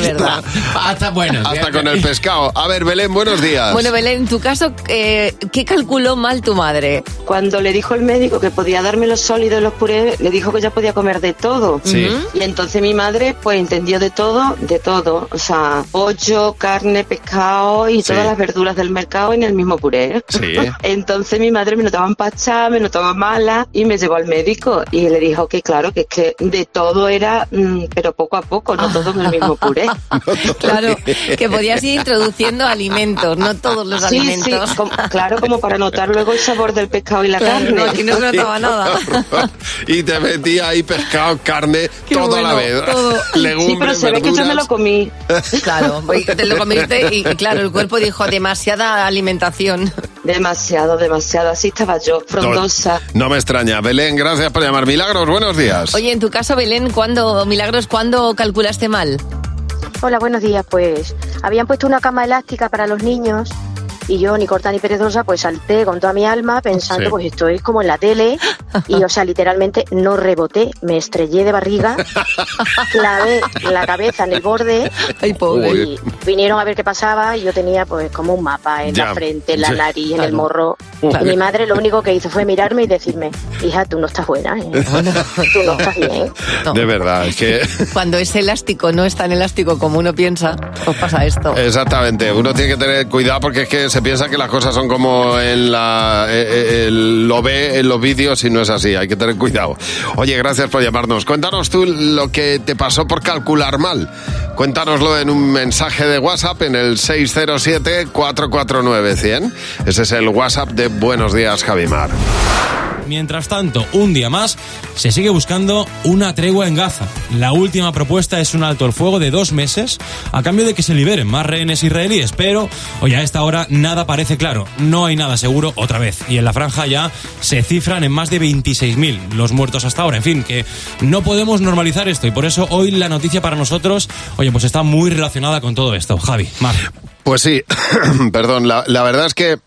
Speaker 4: verdad.
Speaker 9: Hasta, bueno,
Speaker 3: Hasta con el pescado. A ver, Belén, buenos días.
Speaker 4: Bueno, Belén, en tu caso, eh, ¿qué calculó mal tu madre?
Speaker 19: Cuando le dijo el médico que podía darme los sólidos y los purés, le dijo que ya podía comer de todo.
Speaker 4: Sí.
Speaker 19: Y entonces mi madre pues entendió de todo, de todo. O sea, pollo, carne, pescado y todas las verduras del mercado en el mismo puré.
Speaker 11: Sí.
Speaker 19: (laughs) entonces mi madre me notaba empachada, me notaba mala y me llevó al médico y le dijo que claro, que es que de todo era, mm, pero poco a poco, no todo en el mismo puré.
Speaker 4: Claro, que podías ir introduciendo alimentos, no todos los
Speaker 19: Sí,
Speaker 4: alimentos.
Speaker 19: sí, como- claro, como para notar luego el sabor del pescado y
Speaker 3: (laughs)
Speaker 19: la
Speaker 4: Claro,
Speaker 19: carne.
Speaker 4: no, aquí no se notaba nada.
Speaker 3: y te metía ahí pescado, carne, toda la vez.
Speaker 19: sí, pero
Speaker 3: (laughs) Legumbres,
Speaker 19: se ve que yo me
Speaker 3: verduras.
Speaker 19: lo
Speaker 3: (laughs)
Speaker 19: comí.
Speaker 4: Claro, voy- te lo comiste y claro, el cuerpo dijo demasiada alimentación.
Speaker 19: Demasiado, demasiado. Así estaba yo, frondosa.
Speaker 3: No me extraña. Belén, gracias por llamar. Milagros, buenos días.
Speaker 4: Oye, en tu caso, Belén, ¿cuándo, Milagros, cuándo calculaste mal?
Speaker 20: Hola, buenos días. Pues habían puesto una cama elástica para los niños
Speaker 2: Y yo, ni corta ni perezosa, pues salté con toda mi alma pensando,
Speaker 11: Sí.
Speaker 2: pues esto es como en la tele. Y, o sea, literalmente no reboté, me estrellé de
Speaker 3: (laughs)
Speaker 2: barriga, clavé la cabeza en el borde
Speaker 3: pobre.
Speaker 2: y vinieron a ver qué pasaba. Y yo tenía, pues, como un mapa en
Speaker 3: Ya.
Speaker 2: la frente, en la
Speaker 3: Sí,
Speaker 2: nariz, en el
Speaker 3: claro.
Speaker 2: morro.
Speaker 3: Claro.
Speaker 2: Y mi madre lo único que hizo fue mirarme y decirme, hija, tú no estás buena, ¿eh?
Speaker 3: (laughs)
Speaker 2: tú no estás bien.
Speaker 3: De verdad, es
Speaker 4: (laughs)
Speaker 3: que...
Speaker 4: Cuando es elástico, no es tan elástico como uno piensa, pues pasa esto.
Speaker 3: Exactamente, uno tiene que tener cuidado porque es que se piensa que las cosas son como en la, eh, eh, el- lo ve en los vídeos y no es así, hay que tener cuidado. Oye, gracias por llamarnos. Cuéntanos tú lo que te pasó por calcular mal. Cuéntanoslo en un mensaje de WhatsApp en el 607-449-100. Ese es el WhatsApp de Buenos Días, Javimar.
Speaker 16: Mientras tanto, un día más, se sigue buscando una tregua en Gaza. La última propuesta es un alto el fuego de dos meses a cambio de que se liberen más rehenes israelíes, pero hoy a esta hora nada parece claro. No hay nada seguro otra vez. Y en la franja ya se cifran en más de 26.000 los muertos hasta ahora. En fin, que no podemos normalizar esto y por eso hoy la noticia para nosotros, oye, pues está muy relacionada con todo esto. Javi, Mar.
Speaker 3: Pues sí, (coughs) perdón, la, la verdad es que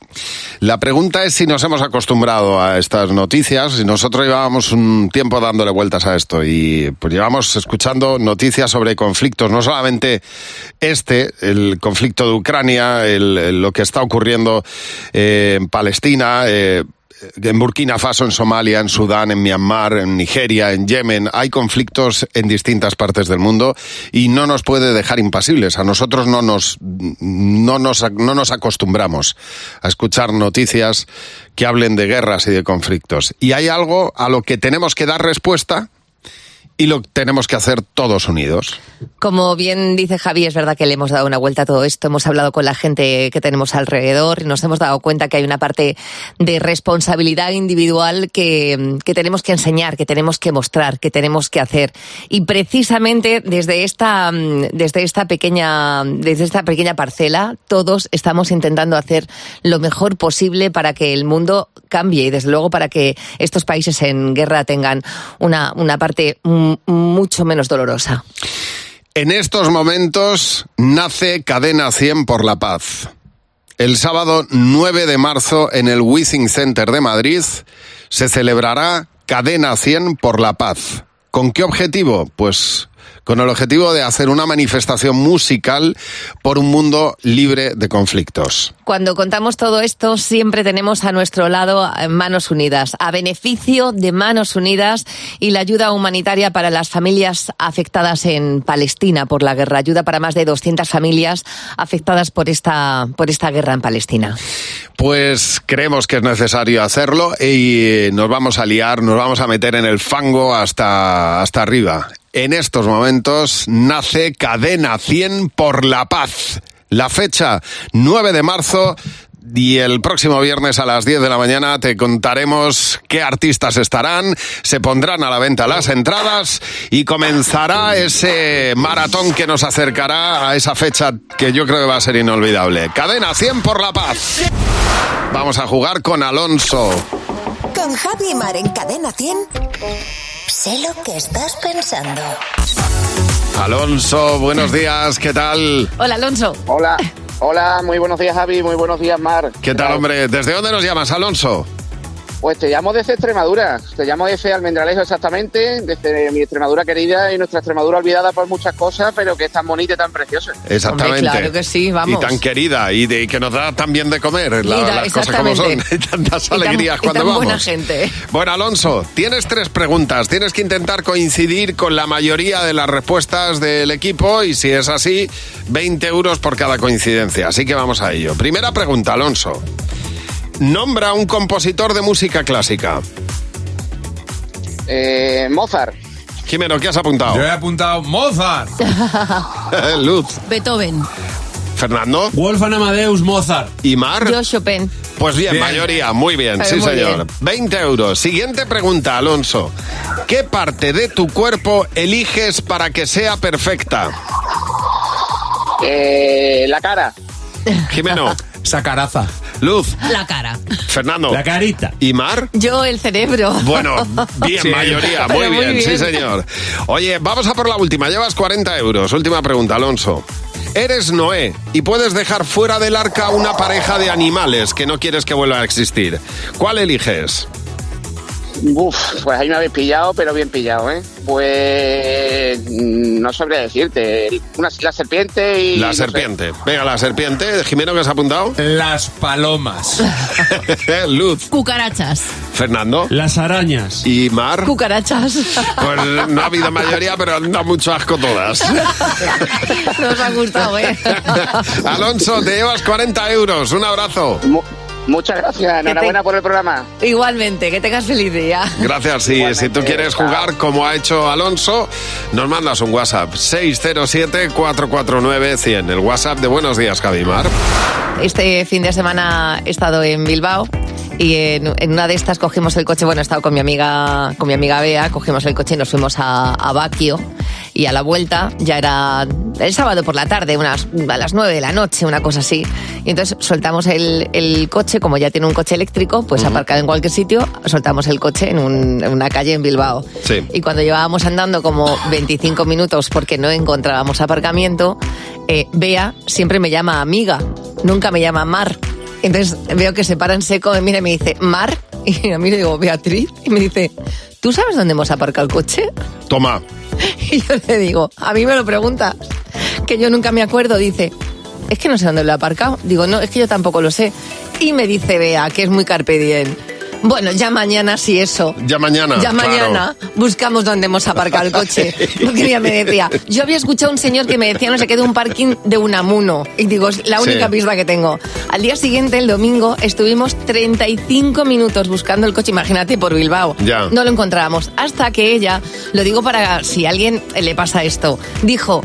Speaker 3: la pregunta es si nos hemos acostumbrado a estas noticias. Y Nosotros llevábamos un tiempo dándole vueltas a esto y pues llevamos escuchando noticias sobre conflictos, no solamente este, el conflicto de Ucrania, el- el- lo que está ocurriendo eh, en Palestina. eh, en Burkina Faso, en Somalia, en Sudán, en Myanmar, en Nigeria, en Yemen, hay conflictos en distintas partes del mundo y no nos puede dejar impasibles. A nosotros no nos, no nos, no nos acostumbramos a escuchar noticias que hablen de guerras y de conflictos. Y hay algo a lo que tenemos que dar respuesta y lo tenemos que hacer todos unidos.
Speaker 4: Como bien dice Javi, es verdad que le hemos dado una vuelta a todo esto, hemos hablado con la gente que tenemos alrededor y nos hemos dado cuenta que hay una parte de responsabilidad individual que, que tenemos que enseñar, que tenemos que mostrar, que tenemos que hacer. Y precisamente desde esta, mm, desde esta pequeña, desde esta pequeña parcela, todos estamos intentando hacer lo mejor posible para que el mundo cambie y desde luego para que estos países en guerra tengan una, una parte mm, mucho menos dolorosa.
Speaker 3: En estos momentos nace Cadena 100 por la Paz. El sábado 9 de marzo en el Wishing Center de Madrid se celebrará Cadena 100 por la Paz. ¿Con qué objetivo? Pues con el objetivo de hacer una manifestación musical por un mundo libre de conflictos.
Speaker 4: Cuando contamos todo esto, siempre tenemos a nuestro lado eh, Manos Unidas, a beneficio de Manos Unidas y la ayuda humanitaria para las familias afectadas en Palestina por la guerra. Ayuda para más de 200 familias afectadas por esta, por esta guerra en Palestina.
Speaker 3: Pues creemos que es necesario hacerlo y nos vamos a liar, nos vamos a meter en el fango hasta, hasta arriba. En estos momentos nace Cadena 100 por la Paz. La fecha 9 de marzo y el próximo viernes a las 10 de la mañana te contaremos qué artistas estarán, se pondrán a la venta las entradas y comenzará ese maratón que nos acercará a esa fecha que yo creo que va a ser inolvidable. Cadena 100 por la paz. Vamos a jugar con Alonso.
Speaker 20: Con Javi y Mar en Cadena 100. Sé lo que estás pensando.
Speaker 3: Alonso, buenos días, ¿qué tal?
Speaker 4: Hola, Alonso.
Speaker 20: Hola, hola, muy buenos días, Javi, muy buenos días, Mar.
Speaker 3: ¿Qué tal, hombre? ¿Desde dónde nos llamas, Alonso?
Speaker 20: Pues te llamo desde Extremadura, te llamo desde Almendralejo exactamente, desde mi Extremadura querida y nuestra Extremadura olvidada por muchas cosas, pero que es tan bonita y tan preciosa.
Speaker 3: Exactamente.
Speaker 4: claro que sí, vamos.
Speaker 3: Y tan querida y, de- y que nos da tan bien de comer, la-
Speaker 4: Mira,
Speaker 3: las cosas como son. (laughs)
Speaker 4: exactamente.
Speaker 3: Y tantas
Speaker 4: Y
Speaker 3: (laughs)
Speaker 4: tan-
Speaker 3: alegrías
Speaker 4: y
Speaker 3: cuando
Speaker 4: tan
Speaker 3: vamos.
Speaker 4: buena gente.
Speaker 3: Bueno, Alonso, tienes tres preguntas. Tienes que intentar coincidir con la mayoría de las respuestas del equipo y si es así, 20 euros por cada coincidencia. Así que vamos a ello. Primera pregunta, Alonso. Nombra un compositor de música clásica.
Speaker 20: Eh, Mozart.
Speaker 4: (laughs)
Speaker 3: Jimeno, ¿qué has apuntado?
Speaker 5: Yo he apuntado Mozart.
Speaker 3: (laughs) Luz.
Speaker 4: Beethoven.
Speaker 3: Fernando.
Speaker 5: Wolfgang Amadeus Mozart.
Speaker 3: ¿Y Mar?
Speaker 4: Yo, Chopin.
Speaker 3: Pues bien, mayoría, muy bien,
Speaker 4: Eh,
Speaker 3: sí
Speaker 4: muy
Speaker 3: señor.
Speaker 4: bien.
Speaker 3: 20 euros. Siguiente pregunta, Alonso. ¿Qué parte de tu cuerpo eliges para que sea
Speaker 4: (laughs)
Speaker 3: perfecta?
Speaker 20: Eh, la cara.
Speaker 3: Jimeno.
Speaker 5: Sacaraza.
Speaker 3: Luz.
Speaker 4: La cara.
Speaker 3: Fernando. La
Speaker 5: carita.
Speaker 3: ¿Y Mar?
Speaker 4: Yo, el cerebro.
Speaker 3: Bueno,
Speaker 4: (laughs)
Speaker 3: bien, mayoría, muy
Speaker 4: Pero
Speaker 3: bien, sí señor. Oye, vamos a por la última, llevas 40 euros. Última pregunta, Alonso. Eres Noé y puedes dejar fuera del arca una pareja de animales que no quieres que vuelva a existir. ¿Cuál eliges?
Speaker 20: Uf, pues ahí me habéis pillado, pero bien pillado, ¿eh? Pues mm, no sabría decirte. Una, la serpiente y...
Speaker 3: La
Speaker 20: no sé.
Speaker 3: serpiente. Venga, la serpiente. Jimeno, ¿qué has apuntado? Las palomas. (laughs) Luz.
Speaker 4: Cucarachas.
Speaker 3: Fernando. Las arañas. Y Mar.
Speaker 4: Cucarachas.
Speaker 3: Pues no ha habido mayoría, pero han dado mucho asco
Speaker 20: (laughs)
Speaker 3: todas.
Speaker 4: Nos ha gustado, ¿eh?
Speaker 3: Alonso, te llevas 40 euros. Un abrazo.
Speaker 20: Muchas gracias. (laughs) Enhorabuena por el programa.
Speaker 4: Igualmente, que tengas feliz día.
Speaker 3: Gracias. Y si tú quieres jugar como ha hecho Alonso, nos mandas un WhatsApp. 607-449-100. El WhatsApp de Buenos Días, Javimar.
Speaker 4: Este fin de semana he estado en Bilbao y en, en una de estas cogimos el coche. Bueno, he estado con mi amiga, con mi amiga Bea, cogimos el coche y nos fuimos a, a Baquio. Y a la vuelta ya era el sábado por la tarde, unas, a las 9 de la noche, una cosa así. Y entonces soltamos el, el coche, como ya tiene un coche eléctrico, pues aparcado en cualquier sitio, soltamos el coche en, un- en una calle en Bilbao.
Speaker 3: Sí.
Speaker 4: Y cuando llevábamos andando como 25 minutos porque no encontrábamos aparcamiento, eh, Bea siempre me llama amiga, nunca me llama Mar. Entonces veo que se para en seco, me mira y me dice, Mar. (laughs) Y a mí le digo, Beatriz. Y me dice, ¿tú sabes dónde hemos aparcado el coche?
Speaker 3: Toma.
Speaker 4: (laughs) Y yo le digo, a mí me lo preguntas, que yo nunca me acuerdo, dice, es que no sé dónde lo he aparcado. Digo, no, es que yo tampoco lo sé. Y me dice Bea, que es muy carpe diem, Bueno, ya mañana sí eso.
Speaker 3: Ya mañana.
Speaker 4: Ya mañana buscamos dónde
Speaker 3: (laughs)
Speaker 4: hemos aparcado el coche. Porque ella me decía, yo había escuchado a un señor que me decía no sé qué de un parking de Unamuno. Y digo, es la única
Speaker 6: Sí.
Speaker 4: pista que tengo. Al día siguiente, el domingo, estuvimos 35 minutos buscando el coche, imagínate, por Bilbao.
Speaker 6: Ya.
Speaker 4: No lo encontrábamos. Hasta que ella, lo digo para si a alguien le pasa esto, dijo,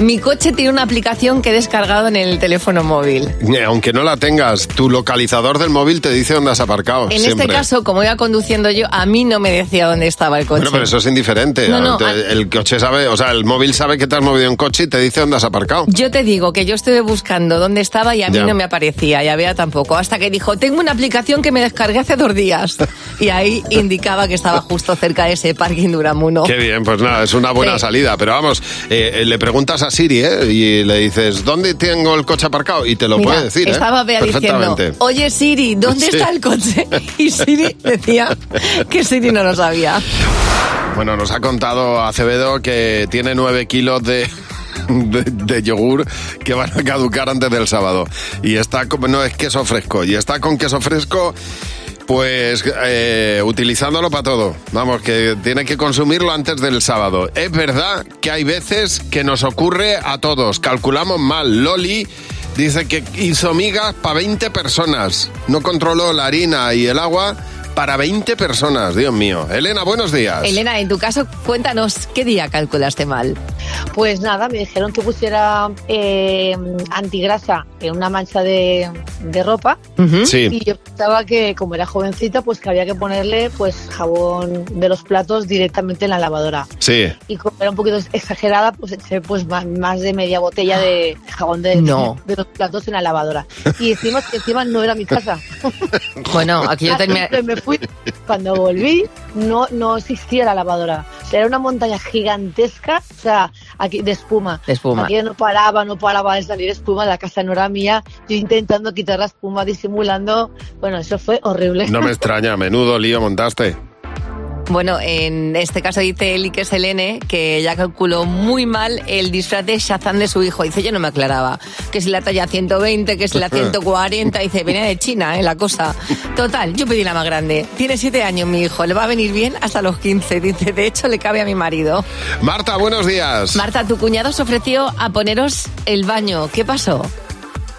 Speaker 4: mi coche tiene una aplicación que he descargado en el teléfono móvil.
Speaker 3: Eh, Aunque no la tengas, tu localizador del móvil te dice dónde has aparcado.
Speaker 4: En
Speaker 3: Oh, siempre.
Speaker 4: este caso, como iba conduciendo yo, a mí no me decía dónde estaba el coche.
Speaker 3: Bueno, pero eso es indiferente.
Speaker 4: No, ah. no,
Speaker 3: Te-
Speaker 4: al-
Speaker 3: el coche sabe, o sea, el móvil sabe que te has movido en coche y te dice dónde has aparcado.
Speaker 4: Yo te digo que yo estuve buscando dónde estaba y a mí
Speaker 3: Ya.
Speaker 4: no me aparecía, y a Bea tampoco, hasta que dijo, tengo una aplicación que me descargué hace dos días. (laughs) Y ahí indicaba que estaba justo cerca de ese parking de Uramuno.
Speaker 3: Qué bien, pues nada, es una buena
Speaker 4: Sí.
Speaker 3: salida. Pero vamos, eh, eh, le preguntas a Siri ¿eh? y le dices, ¿dónde tengo el coche aparcado? Y te lo
Speaker 4: Mira,
Speaker 3: puede decir. ¿eh?
Speaker 4: Estaba Bea diciendo,
Speaker 3: Perfectamente.
Speaker 4: oye Siri, ¿dónde
Speaker 3: Sí.
Speaker 4: está el coche? Y Siri decía que Siri no lo sabía.
Speaker 3: Bueno, nos ha contado Acevedo que tiene 9 kilos de, (laughs) de, de yogur que van a caducar antes del sábado. Y está con, no es queso fresco, y está con queso fresco. Pues eh, utilizándolo para todo. Vamos, que tiene que consumirlo antes del sábado. Es verdad que hay veces que nos ocurre a todos. Calculamos mal. Loli dice que hizo migas para 20 personas. No controló la harina y el agua para 20 personas. Dios mío. Elena, buenos días.
Speaker 4: Elena, en tu caso, cuéntanos, ¿qué día calculaste mal?
Speaker 21: Pues nada, me dijeron que pusiera eh, antigrasa en una mancha de, de ropa
Speaker 4: Ujú. Sí.
Speaker 21: y yo pensaba que como era jovencita pues que había que ponerle pues jabón de los platos directamente en la lavadora
Speaker 3: Sí.
Speaker 21: y como era un poquito exagerada pues eché pues ma- más de media botella de jabón de,
Speaker 4: No.
Speaker 21: de los platos en la lavadora y encima que encima no era mi casa
Speaker 4: Bueno,
Speaker 21: (laughs)
Speaker 4: aquí yo tenía...
Speaker 21: Entonces me fui. Cuando volví, no, no existía la lavadora. O sea, era una montaña gigantesca, o sea, aquí, de espuma.
Speaker 4: De espuma.
Speaker 21: Aquí no paraba, no paraba de salir espuma, la casa no era mía. Yo intentando quitar la espuma, disimulando. Bueno, eso fue horrible. (laughs)
Speaker 3: No me extraña, menudo lío montaste.
Speaker 4: Bueno, en este caso dice Eli, que es Elene, que ya calculó muy mal el disfraz de Shazam de su hijo. Dice, yo no me aclaraba. Que si la talla 120, que si
Speaker 3: Pues,
Speaker 4: la 140. Dice, venía de China, ¿eh? La cosa. Total, yo pedí la más grande. Tiene siete años mi hijo, le va a venir bien hasta los 15. Dice, de hecho, le cabe a mi marido.
Speaker 3: Marta, buenos días.
Speaker 4: Marta, tu cuñado se ofreció a poneros el baño. ¿Qué pasó?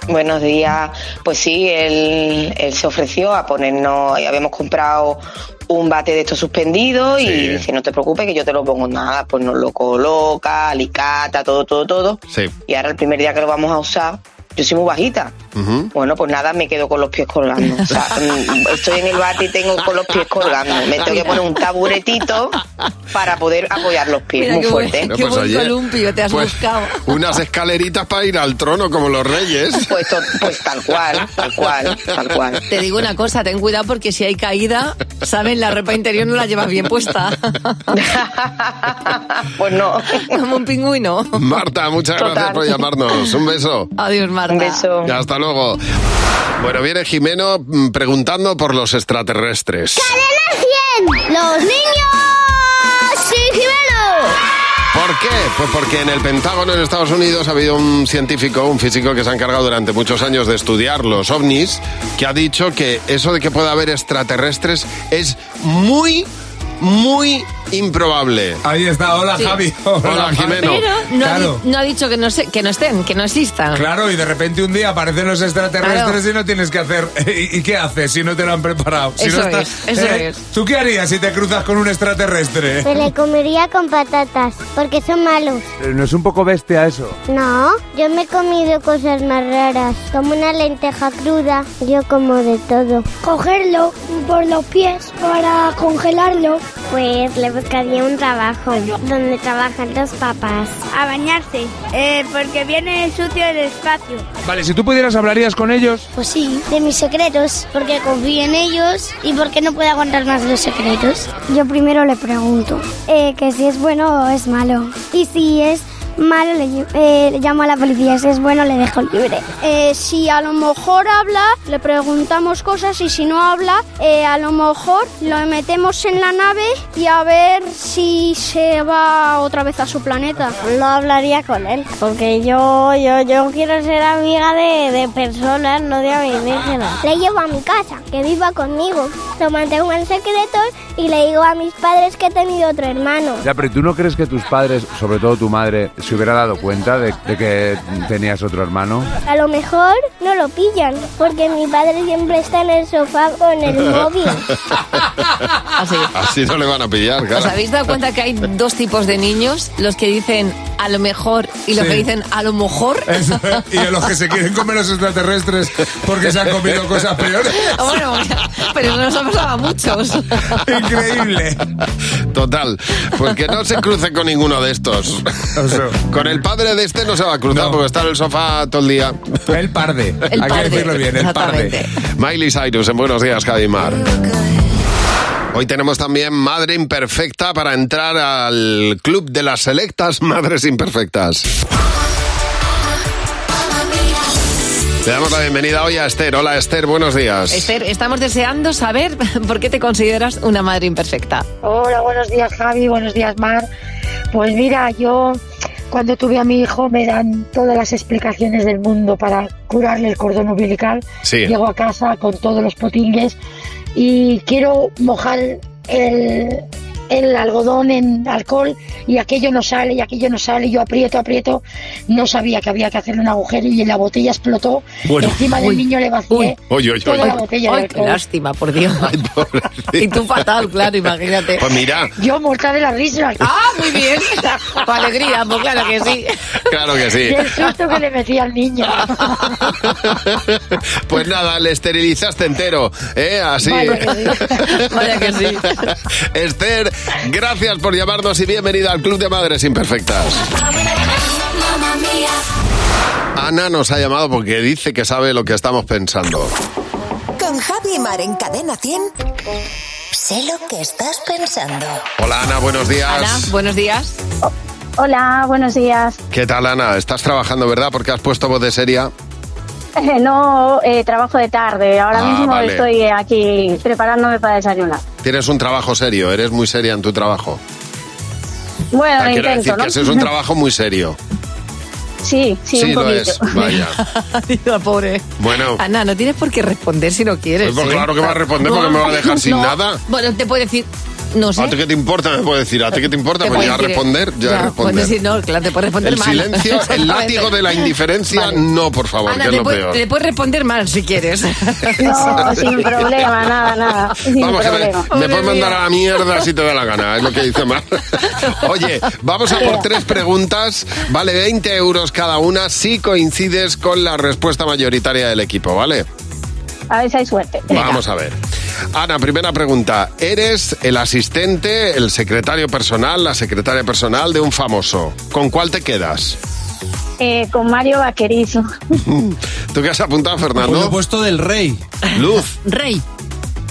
Speaker 11: Buenos días. Pues sí, él, él se ofreció a ponernos, y habíamos comprado un bate de estos suspendidos y dice, no te preocupes que yo te lo pongo nada, pues nos lo coloca, alicata, todo, todo, todo.
Speaker 3: Sí.
Speaker 11: Y ahora el primer día que lo vamos a usar, yo soy muy bajita. Bueno, pues nada, me quedo con los pies colgando. O sea, mm, estoy en el bate y tengo con los pies colgando. Me tengo que poner un taburetito para poder apoyar los pies.
Speaker 4: Mira,
Speaker 11: muy
Speaker 4: qué buen-
Speaker 11: fuerte. ¿eh?
Speaker 4: qué buen columpio te has buscado.
Speaker 3: pues Unas escaleritas para ir al trono como los reyes.
Speaker 11: Pues, tal cual, tal cual, tal cual.
Speaker 4: Te digo una cosa, ten cuidado porque si hay caída, sabes, la ropa interior no la llevas bien puesta.
Speaker 11: pues no.
Speaker 4: Como un pingüino.
Speaker 3: Marta, muchas
Speaker 4: Total.
Speaker 3: gracias por llamarnos. Un beso.
Speaker 4: Adiós, Marta.
Speaker 3: Y hasta luego. Bueno, viene Jimeno mm, preguntando por los extraterrestres.
Speaker 6: ¡Los niños! ¡Sí,
Speaker 3: ¿Por qué? Pues porque en el Pentágono en Estados Unidos ha habido un científico, un físico que se ha encargado durante muchos años de estudiar los ovnis, que ha dicho que eso de que pueda haber extraterrestres es muy, muy improbable.
Speaker 22: Ahí está, hola
Speaker 4: Sí.
Speaker 22: Javi.
Speaker 3: Hola Jimeno.
Speaker 4: Pero no,
Speaker 22: Claro.
Speaker 4: ha, di- no ha dicho que no, se- que no estén, que no existan.
Speaker 22: Claro, y de repente un día aparecen los extraterrestres y no tienes que hacer. eh, ¿Y, y qué haces si no te lo han preparado? Si
Speaker 4: Eso
Speaker 22: no eh,
Speaker 4: es, eso es.
Speaker 22: ¿Tú qué harías si te cruzas con un extraterrestre?
Speaker 6: Me le comería con patatas, porque son malos.
Speaker 22: Eh,
Speaker 14: ¿No es un poco bestia eso?
Speaker 6: No, yo me he comido cosas más raras, como una lenteja cruda. Yo como de todo. Cogerlo por los pies para congelarlo. Pues le buscaría un trabajo donde trabajan los papás.
Speaker 23: A bañarse, porque viene sucio el espacio.
Speaker 22: Vale, si tú pudieras, ¿hablarías con ellos?
Speaker 6: Pues sí, de mis secretos, porque confío en ellos y porque no puedo contar más los secretos. Yo primero le pregunto eh, que si es bueno o es malo. Y si es malo, le, lle- eh, le llamo a la policía. Si es bueno, le dejo libre. si Eh, a lo mejor habla, le preguntamos cosas y si no habla, eh, a lo mejor lo metemos en la nave y a ver si se va otra vez a su planeta. No hablaría con él, porque yo, yo, yo quiero ser amiga de, de personas, no de alienígenas. Le llevo a mi casa, que viva conmigo. Lo mantengo en secreto y le digo a mis padres que he tenido otro hermano.
Speaker 22: Ya, pero ¿tú no crees que tus padres, sobre todo tu madre, se hubiera dado cuenta de, que tenías otro hermano?
Speaker 6: A lo mejor no lo pillan, porque mi padre siempre está en el sofá con el
Speaker 3: (laughs)
Speaker 6: móvil.
Speaker 3: Así. no le van a pillar, claro.
Speaker 4: ¿Os habéis dado cuenta que hay dos tipos de niños? Los que dicen a lo mejor y los
Speaker 22: Sí.
Speaker 4: que dicen a lo mejor.
Speaker 22: (laughs) y a los que se quieren comer los extraterrestres porque se han comido cosas peores.
Speaker 4: (laughs) bueno, pero no nos ha pasado a muchos.
Speaker 22: Increíble.
Speaker 3: Total, pues que no se cruce con ninguno de estos. Con el padre de este no se va a cruzar porque está en el sofá todo el día.
Speaker 22: El parde,
Speaker 3: (laughs) hay que decirlo bien, el parde. Miley Cyrus en Buenos Días, Javi Mar. Hoy tenemos también Madre Imperfecta para entrar al club de las selectas Madres Imperfectas. Le damos la bienvenida hoy a Esther. Hola Esther, buenos días.
Speaker 4: Esther, estamos deseando saber (laughs) por qué te consideras una madre imperfecta.
Speaker 23: Hola, buenos días Javi, buenos días Mar. Pues mira, yo cuando tuve a mi hijo me dan todas las explicaciones del mundo para curarle el cordón umbilical.
Speaker 24: Sí.
Speaker 23: Llego a casa con todos los potingues y quiero mojar el, el algodón en alcohol y aquello no sale y aquello no sale. y Yo aprieto, aprieto. No sabía que había que hacerle un agujero y la botella explotó.
Speaker 3: Bueno.
Speaker 23: Encima
Speaker 3: Uy.
Speaker 23: del niño le vacié
Speaker 3: Oye, oye,
Speaker 23: toda
Speaker 3: oye.
Speaker 23: la botella de
Speaker 4: Ay, qué
Speaker 23: alcohol.
Speaker 4: lástima, por
Speaker 3: (laughs)
Speaker 4: Dios.
Speaker 3: y
Speaker 4: tú fatal, claro, imagínate.
Speaker 3: Pues mira,
Speaker 23: Yo muerta de la risa.
Speaker 4: Ah, muy bien. Con
Speaker 23: (laughs)
Speaker 4: alegría, pues claro que sí.
Speaker 3: claro que sí.
Speaker 23: Y el susto que le metí al niño.
Speaker 3: Pues nada, le esterilizaste entero, ¿eh?
Speaker 23: (laughs)
Speaker 3: Así.
Speaker 23: Vaya que
Speaker 4: Vaya que sí.
Speaker 3: Esther, gracias por llamarnos y bienvenida al Club de Madres Imperfectas. Ana nos ha llamado porque dice que sabe lo que estamos pensando.
Speaker 25: Con Javi y Mar en Cadena 100. Sé lo que estás pensando.
Speaker 3: Hola Ana, buenos días.
Speaker 4: Ana, buenos días.
Speaker 24: Hola, buenos días. (laughs)
Speaker 3: ¿Qué tal Ana? Estás trabajando, ¿verdad? Porque has puesto voz de seria.
Speaker 24: Eh, No, eh, trabajo de tarde. Ahora
Speaker 3: Ah,
Speaker 24: mismo
Speaker 3: vale.
Speaker 24: estoy aquí preparándome para desayunar.
Speaker 3: Tienes un trabajo serio, eres muy seria en tu trabajo.
Speaker 24: Bueno,
Speaker 3: Ah,
Speaker 24: lo
Speaker 3: quiero
Speaker 24: intento,
Speaker 3: decir
Speaker 24: ¿no?
Speaker 3: que ese es un trabajo muy
Speaker 4: (laughs)
Speaker 3: serio.
Speaker 24: Sí, sí, un
Speaker 3: lo
Speaker 24: poquito.
Speaker 3: es.
Speaker 24: (laughs)
Speaker 3: Vaya.
Speaker 4: La pobre. (laughs)
Speaker 3: Bueno.
Speaker 4: Ana, no tienes por qué responder si no quieres.
Speaker 3: Pues, pues,
Speaker 4: ¿eh?
Speaker 3: claro que va a responder porque me va a dejar sin nada.
Speaker 4: Bueno, te puedo decir, No sé.
Speaker 3: ¿A ti qué te importa? Me puede decir. ¿A ti qué te importa?
Speaker 4: Te
Speaker 3: Pues
Speaker 4: puedes
Speaker 3: yo a
Speaker 4: decir, ¿eh?
Speaker 3: responder, yo a
Speaker 4: ya,
Speaker 3: responder.
Speaker 4: puedes decir, no, claro, te puedes responder
Speaker 3: El
Speaker 4: mal. (laughs)
Speaker 3: silencio, el látigo de la
Speaker 4: Exactamente.
Speaker 3: indiferencia,
Speaker 4: Vale.
Speaker 3: no, por favor,
Speaker 4: Ana,
Speaker 3: que es
Speaker 4: le,
Speaker 3: lo
Speaker 4: puede-
Speaker 3: peor.
Speaker 4: le puedes responder mal si quieres.
Speaker 24: (laughs) No, sin problema, nada, nada. Sin
Speaker 3: Vamos, que Pues me,
Speaker 24: problema.
Speaker 3: me puedes mandar a la mierda si te da la gana, es lo que dice Mar. (laughs) Oye, vamos a por tres preguntas, vale 20 euros cada una si coincides con la respuesta mayoritaria del equipo, ¿vale?
Speaker 24: (laughs) A ver si hay suerte.
Speaker 3: Vamos a ver. Ana, primera pregunta. ¿Eres el asistente, el secretario personal, la secretaria personal de un famoso? ¿Con cuál te quedas?
Speaker 24: Eh, con Mario Vaquerizo. (laughs)
Speaker 3: ¿Tú qué has apuntado, Fernando? Pues Yo he puesto del rey. Luz.
Speaker 4: Rey.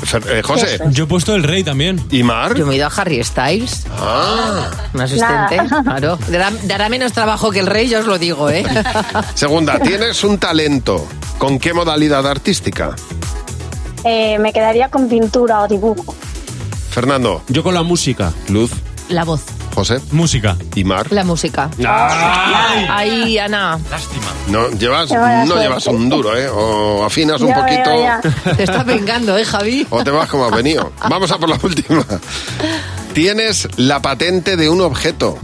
Speaker 3: Fer- eh, José.
Speaker 4: José.
Speaker 3: Yo he puesto el rey también. ¿Y Mar?
Speaker 4: Yo me he ido a Harry Styles.
Speaker 3: Ah.
Speaker 4: Un asistente,
Speaker 24: Nada.
Speaker 4: claro. Dará, dará menos trabajo que el rey, yo os lo digo,
Speaker 24: (laughs)
Speaker 4: ¿eh?
Speaker 3: Segunda, ¿tienes un talento? ¿Con qué modalidad artística?
Speaker 24: Eh, me quedaría con pintura o dibujo.
Speaker 3: Fernando. Yo con la música. Luz.
Speaker 4: La voz,
Speaker 3: José. Música. ¿Y Mar?
Speaker 4: la música.
Speaker 3: ¡Ay!
Speaker 4: Ahí, Ana.
Speaker 3: No llevas,
Speaker 4: Ah. Qué mala
Speaker 3: no llevas
Speaker 4: suerte.
Speaker 3: un duro, ¿eh? O afinas un
Speaker 4: Ya veo,
Speaker 3: poquito.
Speaker 4: ya. Te estás vengando, ¿eh, Javi?
Speaker 3: O te vas como has venido. Vamos a por la última. Tienes la patente de un objeto.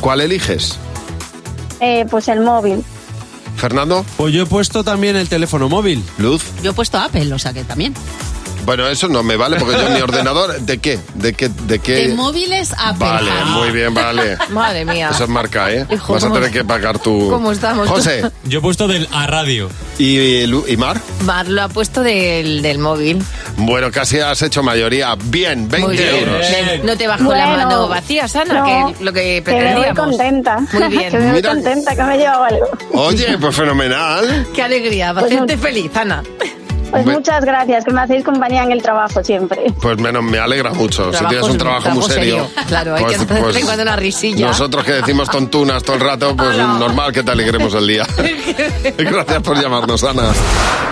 Speaker 3: ¿Cuál eliges?
Speaker 24: Eh, pues el móvil.
Speaker 3: Fernando.
Speaker 5: Pues yo he puesto también el teléfono móvil.
Speaker 3: Luz.
Speaker 26: Yo he puesto Apple, o sea que también.
Speaker 3: Bueno, eso no me vale porque yo mi ordenador. ¿De qué? ¿De qué? ¿De qué?
Speaker 26: De móviles Apple.
Speaker 3: Vale,
Speaker 26: Javi.
Speaker 3: muy bien, vale.
Speaker 4: (laughs) Madre mía.
Speaker 3: Eso es marca, ¿eh?
Speaker 4: Hijo,
Speaker 3: Vas a
Speaker 4: ¿cómo-
Speaker 3: tener que pagar tu.
Speaker 4: cómo estamos?
Speaker 3: José.
Speaker 16: Yo he puesto del a radio.
Speaker 3: ¿Y, Lu- y Mar?
Speaker 4: Mar lo ha puesto del, del móvil.
Speaker 3: Bueno, casi has hecho mayoría. Bien, 20
Speaker 4: Muy bien.
Speaker 3: euros.
Speaker 4: Me- No te bajo la
Speaker 24: Bueno.
Speaker 4: mano vacía, Sana,
Speaker 24: No,
Speaker 4: que lo que
Speaker 24: Que me voy
Speaker 4: Eh, pretendíamos.
Speaker 24: contenta.
Speaker 4: Muy
Speaker 24: (laughs)
Speaker 4: bien.
Speaker 24: que me voy
Speaker 4: Mira-
Speaker 24: contenta, que me he llevado algo.
Speaker 3: Oye, pues fenomenal.
Speaker 4: Qué alegría, va a hacerte feliz, Ana.
Speaker 24: Pues
Speaker 3: Ve-
Speaker 24: muchas gracias, que me hacéis compañía en el trabajo siempre.
Speaker 3: Pues menos me alegra mucho. Si
Speaker 24: Trabajo
Speaker 3: tienes un
Speaker 24: es-
Speaker 3: trabajo muy
Speaker 24: trabajo
Speaker 3: serio.
Speaker 24: serio.
Speaker 4: Claro, hay
Speaker 3: pues-
Speaker 4: que hacer de
Speaker 3: pues
Speaker 4: vez en cuando una risilla. (laughs)
Speaker 3: Nosotros que decimos tontunas todo el rato, pues normal que te alegremos el día. (laughs) Gracias por llamarnos, Ana.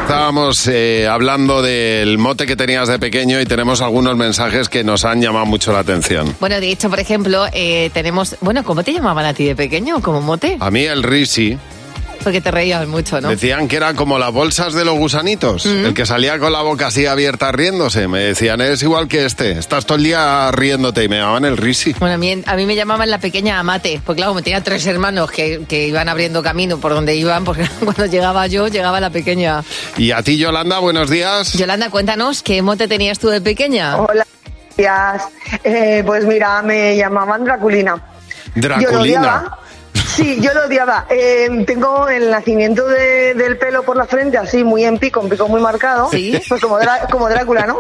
Speaker 3: Estábamos eh, hablando del mote que tenías de pequeño y tenemos algunos mensajes que nos han llamado mucho la atención.
Speaker 4: Bueno, de hecho, por ejemplo, eh, tenemos. Bueno, ¿cómo te llamaban a ti de pequeño? ¿Como mote?
Speaker 3: A mí el Risi
Speaker 4: Porque te reías mucho, ¿no?
Speaker 3: decían que era como las bolsas de los gusanitos,
Speaker 4: Mm.
Speaker 3: el que salía con la boca así abierta riéndose. Me decían, eres igual que este, estás todo el día riéndote y me llamaban el Risi.
Speaker 4: Bueno, a mí, a mí me llamaban la pequeña Amate, porque claro, me tenía tres hermanos que, que iban abriendo camino por donde iban, porque (laughs) cuando llegaba yo, llegaba la pequeña.
Speaker 3: Y a ti, Yolanda, buenos días.
Speaker 4: Yolanda, cuéntanos, ¿qué mote tenías tú de pequeña?
Speaker 27: Hola, gracias. Eh, pues mira, me llamaban Draculina.
Speaker 3: Draculina.
Speaker 27: Yo lo odiaba. Sí, yo lo odiaba. Eh, tengo el nacimiento de- del pelo por la frente, así muy en pico, un pico muy marcado.
Speaker 3: Sí.
Speaker 27: Pues como, Drá- como Drácula, ¿no?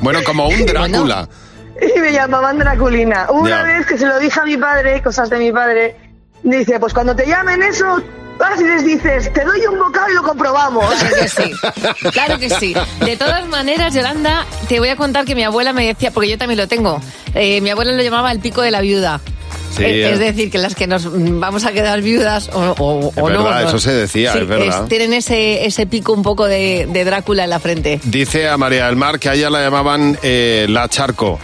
Speaker 3: Bueno, como
Speaker 4: (laughs)
Speaker 3: un Drácula.
Speaker 27: (laughs) Y me llamaban Draculina. Una
Speaker 3: Ya.
Speaker 27: vez que se lo dije a mi padre, cosas de mi padre, dice, pues cuando te llamen eso, vas y les dices, te doy un bocado y lo comprobamos.
Speaker 4: Claro que sí. De todas maneras, Yolanda, te voy a contar que mi abuela me decía, porque yo también lo tengo, eh, mi abuela lo llamaba el pico de la viuda.
Speaker 3: Sí,
Speaker 4: Eh,
Speaker 3: eh.
Speaker 4: es decir, que las que nos mm, vamos a quedar viudas o, o-
Speaker 3: (laughs) Es
Speaker 4: o no,
Speaker 3: verdad,
Speaker 4: no.
Speaker 3: eso se decía,
Speaker 4: Sí, este
Speaker 3: es verdad.
Speaker 4: es- tienen ese, ese pico un poco de, de Drácula en la frente.
Speaker 3: Dice a María del Mar que a ella la llamaban eh, la charco,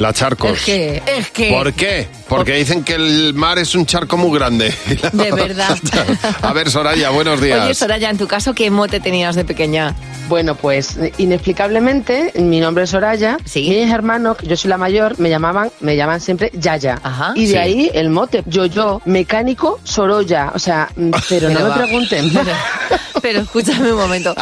Speaker 3: la charcos.
Speaker 4: Es que, es que.
Speaker 3: ¿Por qué? Porque dicen que el mar es un charco muy grande.
Speaker 4: De verdad.
Speaker 3: (laughs) A ver, Soraya, buenos
Speaker 4: Oye,
Speaker 3: días.
Speaker 4: Soraya, en tu caso, ¿qué mote tenías de pequeña?
Speaker 28: Bueno, pues inexplicablemente, mi nombre es Soraya. Mis hermanos, que yo soy la mayor, me llamaban, me llaman siempre Yaya. Y de
Speaker 4: Sí.
Speaker 28: ahí el mote, yo yo, mecánico Soroya. O
Speaker 4: (laughs)
Speaker 28: sea, mm, pero, no
Speaker 4: Pero
Speaker 28: me
Speaker 4: va.
Speaker 28: pregunten.
Speaker 4: Pero,
Speaker 28: (laughs)
Speaker 4: pero escúchame un momento.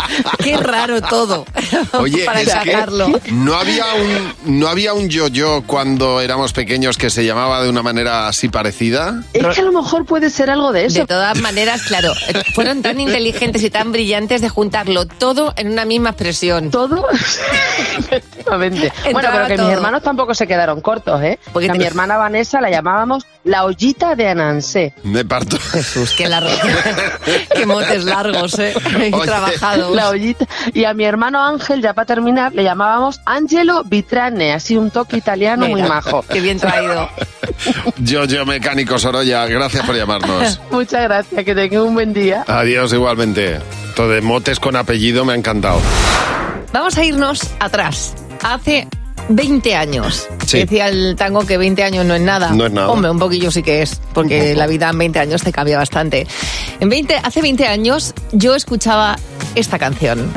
Speaker 4: Qué raro todo.
Speaker 3: (laughs) Oye,
Speaker 4: para
Speaker 3: es que
Speaker 4: sacarlo.
Speaker 3: no había un no había un yo-yo cuando éramos pequeños que se llamaba de una manera así parecida.
Speaker 28: Es que a lo mejor puede ser algo de eso.
Speaker 4: De todas maneras, claro, eh, fueron tan inteligentes y tan brillantes de juntarlo todo en una misma expresión. (laughs)
Speaker 28: ¿Todo? Efectivamente. Bueno,
Speaker 4: Entraba
Speaker 28: pero que
Speaker 4: todo.
Speaker 28: mis hermanos tampoco se quedaron cortos, ¿eh? Porque a
Speaker 4: te-
Speaker 28: mi (laughs) hermana Vanessa la llamábamos la ollita de Anansé.
Speaker 3: Me parto.
Speaker 28: Jesús,
Speaker 3: (laughs)
Speaker 4: qué largo. qué motes largos, ¿eh? Y trabajados.
Speaker 28: La ollita. Y a mi hermano Ángel, ya para terminar, le llamábamos Angelo Vitrane, así un toque italiano muy
Speaker 4: Mira,
Speaker 28: majo.
Speaker 4: Qué bien traído.
Speaker 3: Yo-yo mecánico Sorolla, gracias por
Speaker 4: (laughs)
Speaker 3: llamarnos.
Speaker 28: (laughs) Muchas gracias, que tengan un buen día.
Speaker 3: Adiós igualmente. Todo de motes con apellido me ha encantado.
Speaker 4: Vamos a irnos atrás. Hace 20 años.
Speaker 3: Sí.
Speaker 4: Decía el tango que 20 años no es nada.
Speaker 3: No es nada.
Speaker 4: Hombre, un poquillo sí que es, porque la vida en 20 años te cambia bastante. En 20, hace 20 años yo escuchaba esta canción.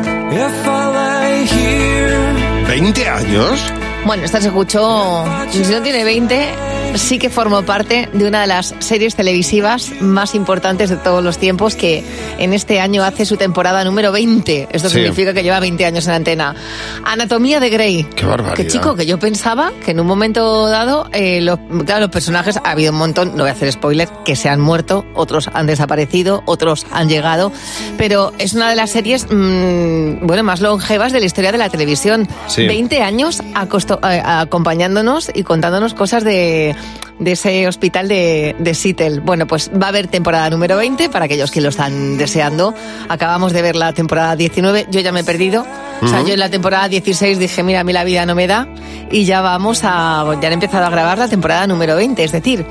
Speaker 3: 20 años.
Speaker 4: Bueno, esta se escuchó, si no tiene 20, sí que formó parte de una de las series televisivas más importantes de todos los tiempos que en este año hace su temporada número 20. Esto
Speaker 3: Sí.
Speaker 4: significa que lleva 20 años en antena. Anatomía de Grey.
Speaker 3: Qué barbaridad.
Speaker 4: Que chico, que yo pensaba que en un momento dado, eh, los, claro, los personajes, ha habido un montón, no voy a hacer spoiler, que se han muerto, otros han desaparecido, otros han llegado, pero es una de las series, mm, bueno, más longevas de la historia de la televisión.
Speaker 1: Sí.
Speaker 4: 20 años acosto- eh, acompañándonos y contándonos cosas de, de ese hospital de, de Seattle. Bueno, pues va a haber temporada número 20 para aquellos que lo están deseando. Acabamos de ver la temporada 19, yo ya me he perdido. O sea,
Speaker 29: Ujú.
Speaker 4: yo en la temporada 16 dije, mira, a mí la vida no me da y ya vamos a, ya han empezado a grabar la temporada número 20. Es decir,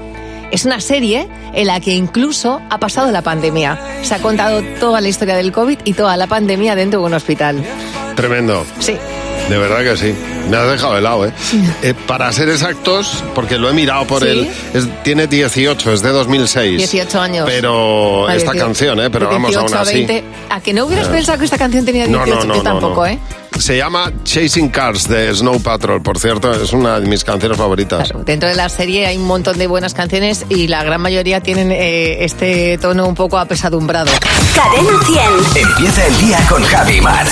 Speaker 4: es una serie en la que incluso ha pasado la pandemia. Se ha contado toda la historia del COVID y toda la pandemia dentro de un hospital.
Speaker 3: Tremendo.
Speaker 4: Sí.
Speaker 3: De verdad que sí. Me has dejado helado, ¿eh? Eh, para ser exactos, porque lo he mirado por
Speaker 4: Sí.
Speaker 3: el... es- tiene 18, es de 2006.
Speaker 4: 18 años.
Speaker 3: Pero
Speaker 4: Madre
Speaker 3: esta
Speaker 4: mía.
Speaker 3: canción, ¿eh? Pero
Speaker 4: De
Speaker 3: vamos,
Speaker 4: 18
Speaker 3: aún
Speaker 4: a
Speaker 3: así.
Speaker 4: 20. A que no hubieras
Speaker 3: Eh.
Speaker 4: pensado que esta canción tenía 18,
Speaker 3: No, no, no, no, no.
Speaker 4: yo tampoco, ¿eh?
Speaker 3: Se llama Chasing Cars de Snow Patrol, por cierto, es una de mis canciones favoritas.
Speaker 4: Dentro de la serie hay un montón de buenas canciones y la gran mayoría tienen eh, este tono un poco apesadumbrado.
Speaker 25: Cadena 100.
Speaker 30: Empieza el día con Javi Mar.